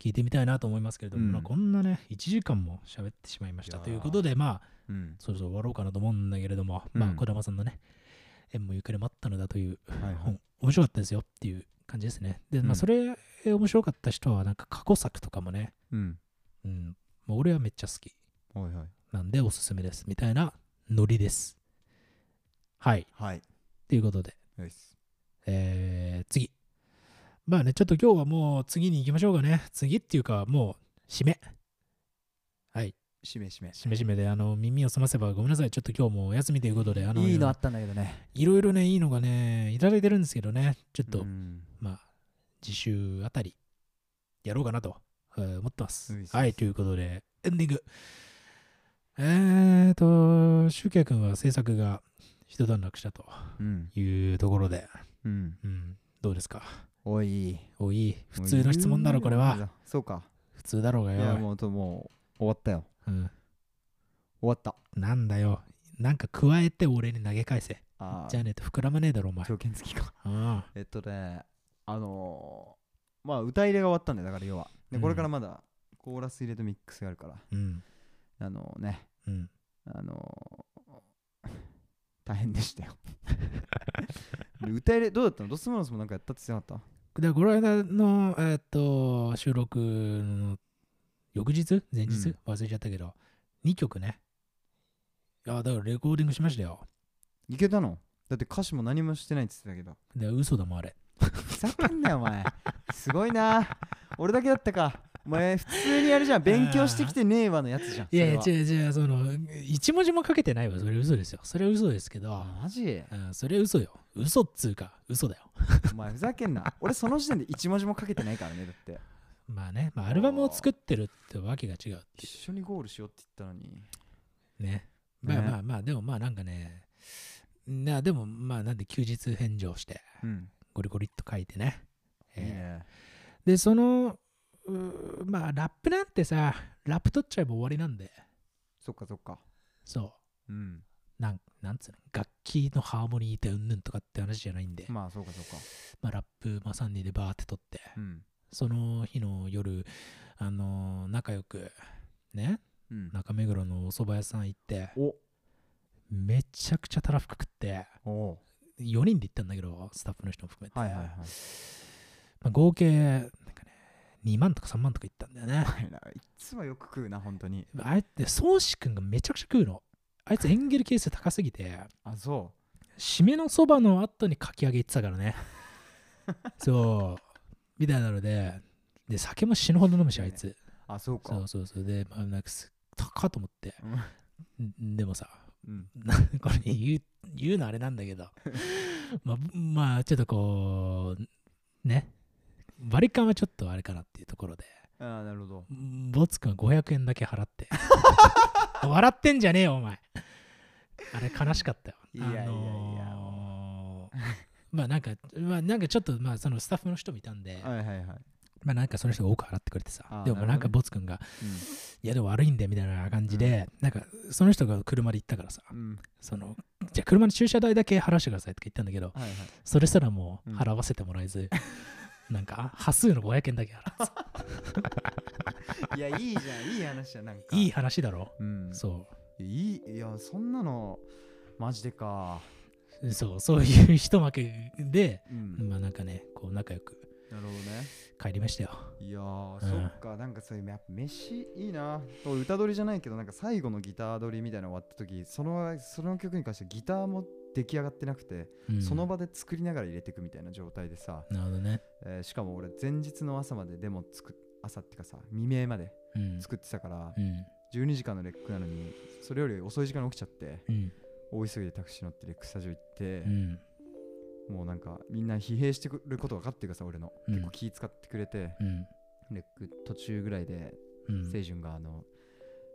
B: 聞いてみたいなと思いますけれども、
C: うん
B: まあこんなね、1時間も喋ってしまいました
C: いやー
B: ということで、まあ、
C: うん
B: そろそろ終わろうかなと思うんだけれども、まあ
C: う、ん
B: 児玉さんのね、縁もゆかりもあったのだという
C: はいはい
B: 本、面白かったですよっていう感じですね。で、ま
C: う
B: あ、
C: ん
B: それ、面白かった人は、なんか過去作とかもね、
C: うん
B: うん、もう俺はめっちゃ好き。
C: はいはい
B: なんでおすすめですみたいなノリです。はい。
C: はい
B: ということで、
C: よいっす
B: えー、次。まあね、ちょっと今日はもう次に行きましょうかね。次っていうか、もう、締め。はい。
C: しめしめ
B: しめしめであの耳を澄ませばごめんなさいちょっと今日もうお休みということであの
C: いいのあったんだけどね
B: いろいろねいいのがねいただいてるんですけどねちょっと、
C: うん
B: まあ次週あたりやろうかなと、えー思ってます
C: うん
B: はいということでエンディングえーとシュウケイ君は制作が一段落したと
C: うん
B: いうところで、
C: うん
B: うん、どうですか
C: おい
B: おい普通の質問だろこれは
C: そうか
B: 普通だろうが
C: い
B: よ
C: やもうともう終わったよ
B: うん、
C: 終わった
B: なんだよなんか加えて俺に投げ返せ
C: あー
B: じゃあねえと膨らまねえだろお前
C: 条件付きか
B: うん
C: えっとねあのーまあ歌入れが終わったんだよだから要はでこれからまだコーラス入れとミックスがあるから
B: うん
C: あのね
B: うん
C: あのー大変 でしたよで歌入れどうだったのドスモノスもなんかやったって言ってなかっ
B: でこの間の、えーっと収録の翌日前日、忘れちゃったけど2曲ねいやだからレコーディングしましたよ
C: たいけたのだって歌詞も何もしてないって言ってたけど
B: で嘘だもんあれ
C: ふざけんなよお前すごいな俺だけだったかお前普通にやるじゃん勉強してきてねえわのやつじゃん
B: いやいや
C: そ
B: 違う
C: れは
B: 違うその一文字もかけてないわそれ嘘ですよそれ嘘ですけど、
C: マジ
B: うん、それ嘘よ嘘っつうか嘘だよ
C: お前ふざけんな俺その時点で一文字もかけてないからねだって
B: まあね、まあ、アルバムを作ってるってわけが違うってい
C: 一緒にゴールしようって言ったのに
B: うねまあ
C: ね
B: まあまあでもまあなんかねなでもまあなんで休日返上して
C: うん
B: ゴリゴリっと書いてね、
C: いい
B: えー
C: ね
B: でそのうーまあラップなんてさラップ取っちゃえば終わりなんで
C: そっかそっか
B: そ
C: うん
B: うなんなんつうの楽器のハーモニーでうんぬんとかって話じゃないんで、ま
C: まあそうかそうか
B: あ、ラップ、まあ、3人でバーって取って
C: うん
B: その日の夜あのー仲良くね
C: うん
B: 中目黒のお蕎麦屋さん行って
C: お
B: めちゃくちゃたらふく食って
C: おう
B: 4人で行ったんだけどスタッフの人も含めて、
C: はいはいはい
B: まあ、合計なんかね2万とか3万とか行ったんだよね
C: お前ら いっつもよく食うな本当に
B: あいつ宗志君がめちゃくちゃ食うのあいつエンゲル係数高すぎて
C: あそ
B: 締めのそばの後にかき揚げ行ってたから ねそうみたいなのでで酒も死ぬほど飲むしあいつ
C: うあそう
B: そ
C: か
B: うそうそうでまあなんかす高っと思ってんでもさ
C: うん
B: なこれ言う言うのあれなんだけ どまあまあちょっとこうねバリカンはちょっとあれかなっていうところで
C: あーなるほど
B: ボツ君は500円だけ払って 笑ってんじゃねえよお前あれ悲しかったよ
C: いやいやい
B: あ
C: や
B: のーまあなんか、まあ、なんかちょっとまあそのスタッフの人もいたんで、
C: はいはいはいうん
B: まあなんかその人が多く払ってくれてさ
C: あー
B: でも
C: な
B: なん
C: るほど
B: か
C: ね
B: ボツ君が「いやでも悪いんだよ」みたいな感じで、なんかその人が車で行ったからさ
C: うん
B: そのじゃあ車の駐車代だけ払わせてくださいとか言ったんだけど
C: はいはい
B: それすらもう
C: うん
B: 払わせてもらえず、 なんか端数の500円だけ 払ってさ
C: いや、いいじゃん、いい話じゃん、なんか。
B: いい。話だろ
C: うん、
B: そう
C: う。いい、いや、そんなの、マジでか。
B: そう、そういう一幕で、
C: うん、
B: まあなんかね、こう仲良く
C: なるほどね。
B: 帰りましたよ。
C: いやー、そっか、なんかそういう、やっぱ飯いいな。と歌取りじゃないけど、なんか最後のギター取りみたいなの終わった時、その、その曲に関してギターも出来上がってなくて、
B: うん
C: その場で作りながら入れていくみたいな状態でさ、
B: なるほどね。
C: えーしかも俺、前日の朝までデモ作っ、朝っていうかさ、未明まで
B: うん。
C: 作ってたから
B: う、ん。
C: 12時間のレックなのに、それより遅い時間に起きちゃって、
B: うん。
C: 大急ぎでタクシー乗ってレックスタジオ行って、
B: うん。
C: もうなんかみんな疲弊してくることが分かってるからさ俺の、
B: うん
C: 結構気使ってくれて
B: うん。
C: レック途中ぐらいで
B: うん。
C: 清純があの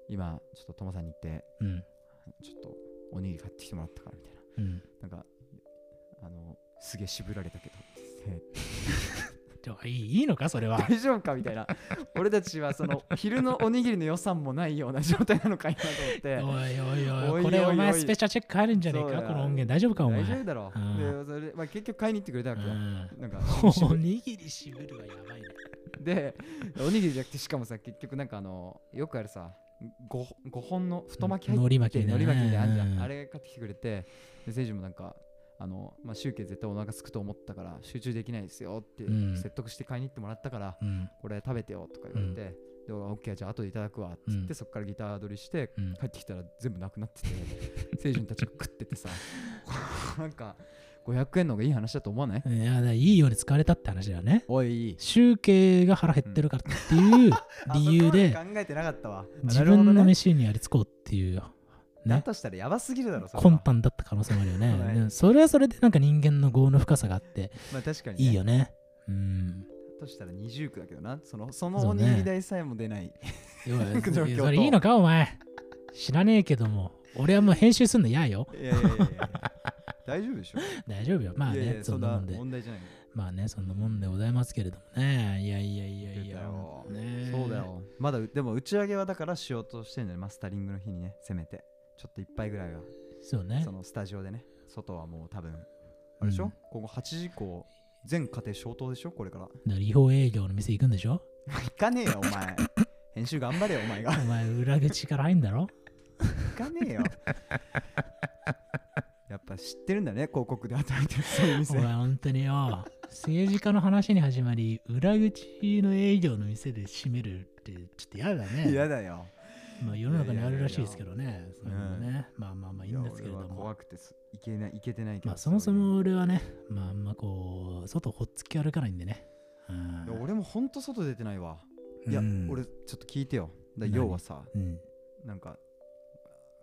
C: 今ちょっとトモさんに行って
B: うん。
C: ちょっとおにぎり買ってきてもらったからみたい
B: うん。
C: ななんかあのすげえ渋られたけどって言って
B: じゃあいいいいのか、それ は。
C: 大丈夫かみたいな俺たちはその昼のおにぎりの予算もないような状態なのか今と思っ
B: お
C: て
B: いおいお
C: おいおいお
B: い、
C: い
B: これお前スペシャルチェック入るんじゃねえ
C: そう
B: か、
C: だ
B: この音源。大丈夫か、お
C: 大丈夫
B: 前。
C: だろ
B: うん
C: でそれで、まあ、結局買いに行ってくれたわ
B: う
C: けよ
B: ん。
C: な んか渋
B: お
C: 々
B: にぎりしぶるはやばいね。
C: でおにぎりじゃなくてしかもさ結局なんかあのよくあるさ 5, 五本の太巻き入
B: のり
C: っ
B: 巻
C: て
B: き
C: る
B: ね
C: のり巻きみたいなのあんじゃ
B: うん
C: んあれ買ってきてくれてで聖樹もなんかあのまあ集計絶対お腹すくと思ったから集中できないですよって
B: うん
C: 説得して買いに行ってもらったから
B: うん。
C: これ食べてよとか言われてで俺はオッケーじゃあ後でいただくわっつ
B: う
C: っ
B: ん
C: てそっからギター取りして
B: うん。
C: 帰ってきたら全部なくなってて聖純たちが食っててさなんか500円の方がいい話だと思わない
B: いやだからいいように使われたって話だよね
C: おい
B: 集計が腹減ってるからっていう 理由で、
C: 考えてなかったわ
B: 自分の飯にやりつこうっていう
C: だ
B: ね
C: としたらやばすぎるだろそれは
B: 魂胆だった可能性もあるよね
C: はい
B: でもそれはそれでなんか人間の業の深さがあって
C: まあ確かにね
B: いいよねうん
C: だとしたら20区だけどなそのその
B: そ
C: お
B: う
C: に
B: ね
C: ぎり代さえも出ない
B: い や
C: 状況と
B: いやそれいいのかお前知らねえけども俺はもう編集すんの嫌よ
C: いやいやいやいや 大丈夫でしょ
B: 大丈夫よまあ
C: いやい
B: ね
C: や
B: そ
C: そ
B: ん
C: ん
B: なも
C: なん
B: で
C: 問題じゃない
B: まあねそんなもんでございますけれどもねいやいやいやい
C: 出
B: や
C: たよ
B: ねえ
C: そうだよまだでも打ち上げはだからしようとしてんだよマスタリングの日にねせめてちょっと一杯ぐらいは
B: そうね
C: そのスタジオでね外はもう多分あれでしょ、
B: うん
C: ここ8時以降全家庭消灯でしょこれから
B: だから違法営業の店行くんでしょ
C: 行かねえよお 前編集頑張れよお前が
B: お前裏口から入んだろ
C: 行かねえよ やっぱ知ってるんだね広告で働いてるそういう
B: お
C: 店
B: 前本当によ政治家の話に始まり裏口の営業の店で閉めるってちょっと嫌だね
C: 嫌だよ
B: まあ、世の中にあるらしいですけどねそういうのも
C: う
B: ねまあまあまあいいんですけれど
C: いや俺は
B: も
C: 怖くてすいけないいけてないけど
B: まあそもそう
C: いう
B: も俺はねまああんまこう外ほっつき歩かないんでねうん
C: いや俺もほんと外出てないわいや、
B: うん
C: 俺ちょっと聞いてよだ
B: 何
C: 要はさ
B: うん
C: なんか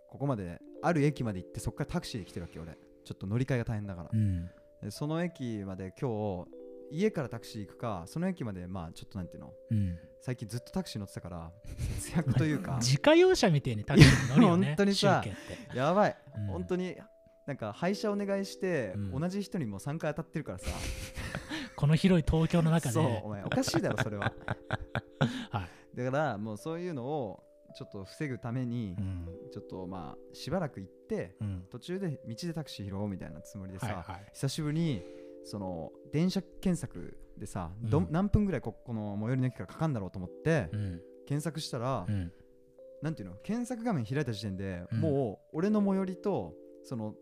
C: ここまである駅まで行ってそっからタクシーで来てるわけ俺ちょっと乗り換えが大変だから
B: う、ん
C: でその駅まで今日家からタクシー行くかその駅までまあちょっとなんていうの
B: うん
C: 最近ずっとタクシー乗ってたから節約 とい うか
B: 自家用車みたいにタクシーに乗るよね
C: いや本当にさ
B: 集計って
C: やばい、
B: うん
C: 本当になんか配車お願いして、
B: うん
C: 同じ人にも3回当たってるからさ
B: この広い東京の中で
C: そうお前おかしいだろそれは
B: は
C: だからもうそういうのをちょっと防ぐために、
B: うん
C: ちょっとまあしばらく行って
B: うん
C: 途中で道でタクシー拾おうみたいなつもりでさ、
B: はいはい
C: 久しぶりにその電車検索でさ、ど
B: うん
C: 何分ぐらいここの最寄りの駅からかかんだろうと思って、
B: うん
C: 検索したら、
B: うん
C: なんていうの検索画面開いた時点で、
B: うん
C: もう俺の最寄りとその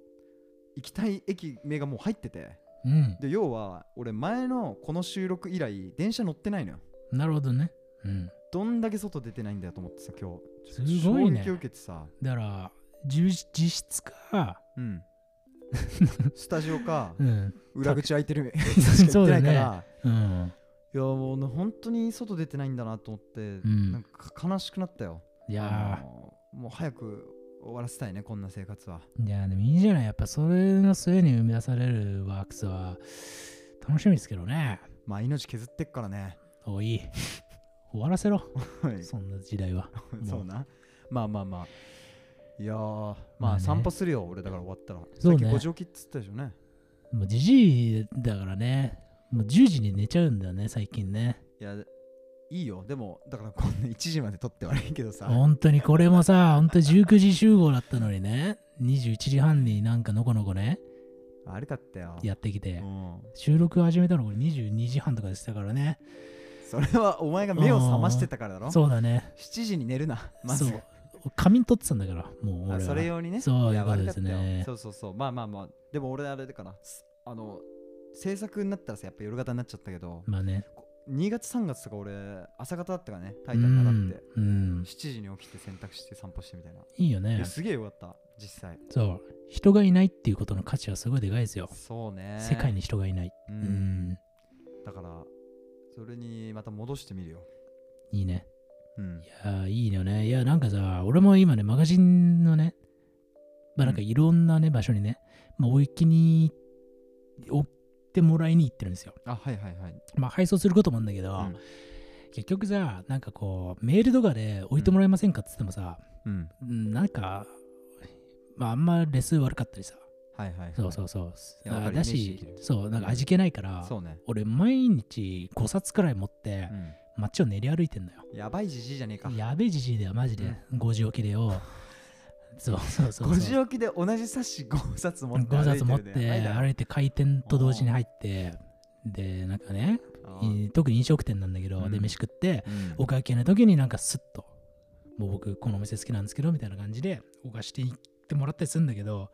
C: 行きたい駅名がもう入ってて
B: うん
C: で要は俺前のこの収録以来電車乗ってないのよ
B: なるほどねうん
C: どんだけ外出てないんだよと思ってさ今日
B: すごいね
C: 衝撃を受けてさ、
B: だから実実質か
C: うん、スタジオか
B: うん
C: 裏口開いてるし か行ってないから、
B: うん
C: いやもうね本当に外出てないんだなと思って、
B: ん
C: なんか悲しくなったよ
B: いやー
C: あのもう早く終わらせたいねこんな生活はい
B: やでもいいじゃないやっぱそれの末に生み出されるワークスは楽しみですけどね
C: まあ命削ってっからね
B: おい 終わらせろ
C: はい
B: そんな時代は
C: そうなまあまあまあいやー
B: ま
C: ま
B: あね
C: あ散歩するよ俺だから終わったら
B: そ
C: さ
B: う
C: っ
B: ね
C: きご条きっつったでしょね
B: もうじじいだからねもう10時に寝ちゃうんだよね最近ね
C: いやいいよでもだからこんな1時まで撮って悪いけどさ
B: 本当にこれもさ本当19時集合だったのにね21時半になんかのこのこね
C: 悪かったよ
B: やってきて
C: うん、
B: 収録始めたのこれ22時半とかでしたからね
C: それはお前が目を覚ましてたからだろ
B: そうだね
C: 7時に寝るなま
B: そ
C: ず
B: う仮眠取ってたんだからもう俺
C: あ
B: は
C: それ用にね
B: そう
C: いや
B: いうこと
C: 悪
B: で
C: かった
B: す
C: よ
B: ね
C: そうそうそうまあまあまあでも俺あれだからすあの制作になったらさやっぱ夜型になっちゃったけど
B: まあね
C: 2月3月とか俺朝方だったからねタイタン習って
B: うんうん
C: 7時に起きて洗濯して散歩してみたいない
B: いよね
C: やすげえよかった実際
B: そう人がいないっていうことの価値はすごいでかいですよ、
C: そうね
B: 世界に人がいない、
C: う
B: うんん、
C: だからそれにまた戻してみるよ
B: いいね
C: う
B: い
C: ん
B: やーいいよねいやなんかさ俺も今ねマガジンのねまあなんかいろんなね場所にね、まあ、お行きに置ってもらいに行ってるんですよ
C: あはいはいはい
B: まあ配送することもあるんだけど、
C: うん
B: 結局さなんかこうメールとかで置いてもらえませんかっつってもさ、
C: うん
B: うんなんかまああんまレス悪かったりさ
C: はいはいはい
B: そうそうそう、
C: いやわかる
B: だ
C: イメージ
B: し
C: できる
B: そうなんか味気ないから、
C: そうね
B: 俺毎日5冊くらい持って
C: うん
B: 街を練り歩いてんのよ、
C: やばいじじいじゃねえか
B: やべえじじいだよマジで、5時起きでよそうそうそう
C: 5時
B: 起
C: 置きで同じ冊子5冊持って
B: 5冊持って
C: 歩いるねやばいだろ
B: 歩いて開店と同時に入ってでなんかね
C: あー
B: い特に飲食店なんだけど、
C: うん
B: で飯食って
C: うん
B: お会計の時になんかスッともう僕このお店好きなんですけどみたいな感じでお貸していってもらったりするんだけど
C: いやいや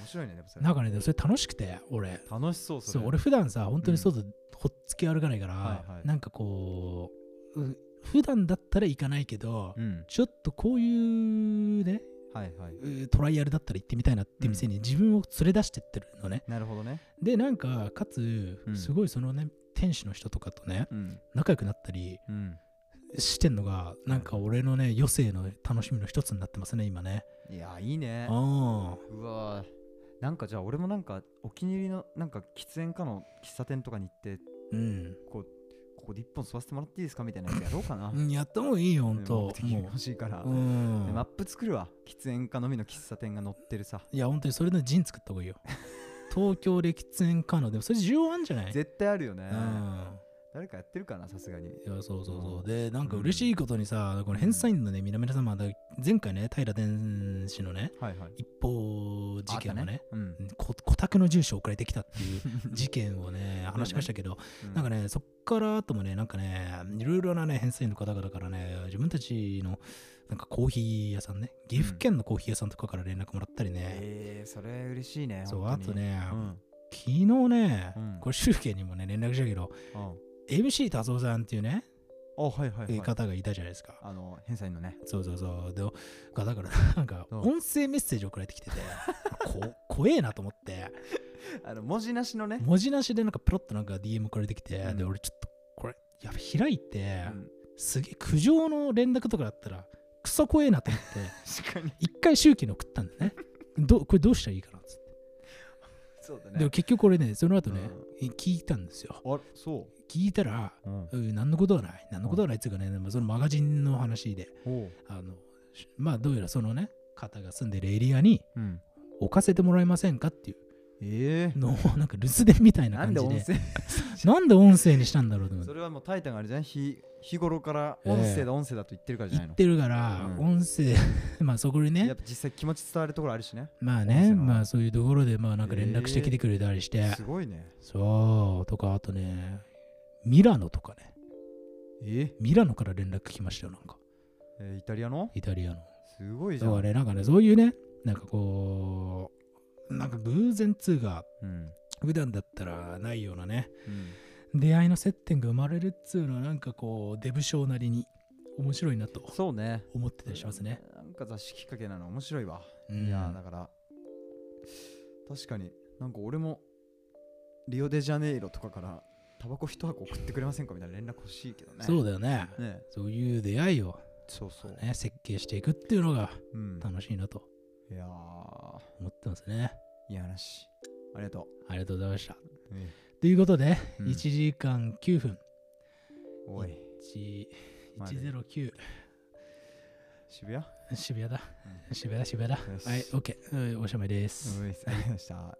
C: 面白いねでもそれ
B: なんかねでもそれ楽しくて俺
C: 楽しそうそれ
B: そう俺普段さ本当に外ほっつき歩かないから、
C: はいはい
B: なんかこうう普段だったら行かないけど、
C: うん
B: ちょっとこういうね
C: はいはい。
B: うートライアルだったら行ってみたいなっていう店に自分を連れ出してってるのね。
C: なるほどね。
B: で、なんか、かつ
C: う、ん
B: すごいそのね、店主の人とかとね、
C: うん。
B: 仲良くなったり
C: うん。
B: してんのが、なんか俺のね、余生の楽しみの一つになってますね、今ね。
C: いや、いいね。
B: あ
C: うわーなんかじゃあ俺もなんかお気に入りのなんか喫煙家の喫茶店とかに行って
B: ーうん。
C: こうここで一本吸わせてもらっていいですかみたいなやつやろうかな。
B: うんやった方がいいよ、ほんと。
C: 目
B: も
C: 的が欲しいから。
B: う。う
C: でマッ
B: ん。
C: プ作るわ喫煙家のみの喫茶店が載ってるさ
B: いや、本当にそれの陣作った方がいいよ。東京歴然可能でもそれ需要あるんじゃない
C: 絶対あるよね
B: うん。
C: 誰かやってるかなさすがに
B: いやそうそうそう、
C: うん
B: でなんか嬉しいことにさ、この返済員のね南田様だ前回ね平天使のね
C: はいはい
B: 一方事件のね
C: うん
B: こ顧客の住所送られてきたっていう事件をね話しましたけど、 なんかねそっからあともねなんかねいろいろなね返済員の方々からね自分たちのなんかコーヒー屋さんね岐阜県のコーヒー屋さんとかから連絡もらったりね、
C: えー、それ嬉しいね
B: そうあ
C: 本当
B: と
C: に
B: ね、
C: うん
B: 昨日ね、
C: うん
B: これ集計にもね連絡したけど
C: うん
B: MC 達夫さんっていうね、
C: あはいはいはい
B: 方がいたじゃないですか
C: あの返済の ね
B: そうそうそう。で、がだから、なんか、
C: うん
B: 音声メッセージ送られてきてて、こ 怖えなと思って、
C: あの文字なしのね
B: 文字なしでなんか、プロッとなんか DM 送られてきて、
C: うん
B: で、俺ちょっと、これ、やべ、開いて、
C: うん
B: すげえ苦情の連絡とかだったら、クソ怖えなと思って、
C: 確かに
B: 一回周期に送ったんだよ ね。どこれどうしたらいいかなっつって。
C: そうだ
B: で
C: ね
B: も結局これね、その後ね、
C: う
B: 聞いたんですよ。
C: あそ
B: 聞いたら、
C: ううん
B: うん何のことはない。何のことはないっていうかね、でもそのマガジンの話で、
C: おう
B: あの、しまあ、どうやらそのね、方が住んでるエリアに、
C: うん
B: 置かせてもらえませんかっていう
C: ええ
B: のをなんか留守電みたいな
C: な
B: 感
C: んで
B: じ
C: 音
B: で
C: 声
B: なんで音声にしたんだろうと思っ
C: そ
B: て
C: れはもうタイタンがあれじゃん日日頃から
B: ええ
C: 音声だ音声だと言ってるからじゃ
B: 言
C: ない
B: っ
C: の
B: てるから
C: うん
B: 音声 まあそこに
C: や
B: ね
C: っぱ実際気持ち伝わるところあるしね
B: まあ
C: 音
B: ね
C: 声の
B: まあそういうところでまあなんか連絡してきてくれたりして
C: すごいね
B: そうとかあとねミラノとかね
C: え
B: ミラノから連絡来ましたよなんか
C: えーイタリアの
B: イタリアの
C: すごいじ
B: だ
C: ゃ
B: から
C: ん
B: ねなんかねそういうねなんかこうなんか偶然っつうか
C: うん
B: 普段だったらないようなね
C: うん
B: 出会いの接点が生まれるっつうのはなんかこうデブ賞なりに面白いなと
C: そうね
B: 思ってたりしますね。
C: なんか雑誌きっかけなの面白いわ
B: うん
C: いやーだから確かになんか俺もリオデジャネイロとかからタバコ一箱送ってくれませんかみたいな連絡欲しいけどね
B: そうだよね。
C: ね
B: そういう出会いを、
C: そうそう、
B: ね、設計していくっていうのが
C: うん、
B: 楽しいなと
C: いやー
B: 思ってますね。
C: いい話ありがと
B: ありがとうございました。
C: う、
B: ということで、
C: うん
B: 1時間9分、
C: おい
B: 1
C: まあね
B: 109、
C: 渋谷
B: 渋谷だ、渋谷だ、渋谷だ。
C: よし
B: はい、OK、うんおしゃべりです。
C: おいありがとうございました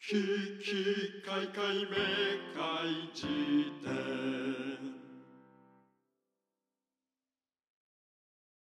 A: ききかいかいめかいじてん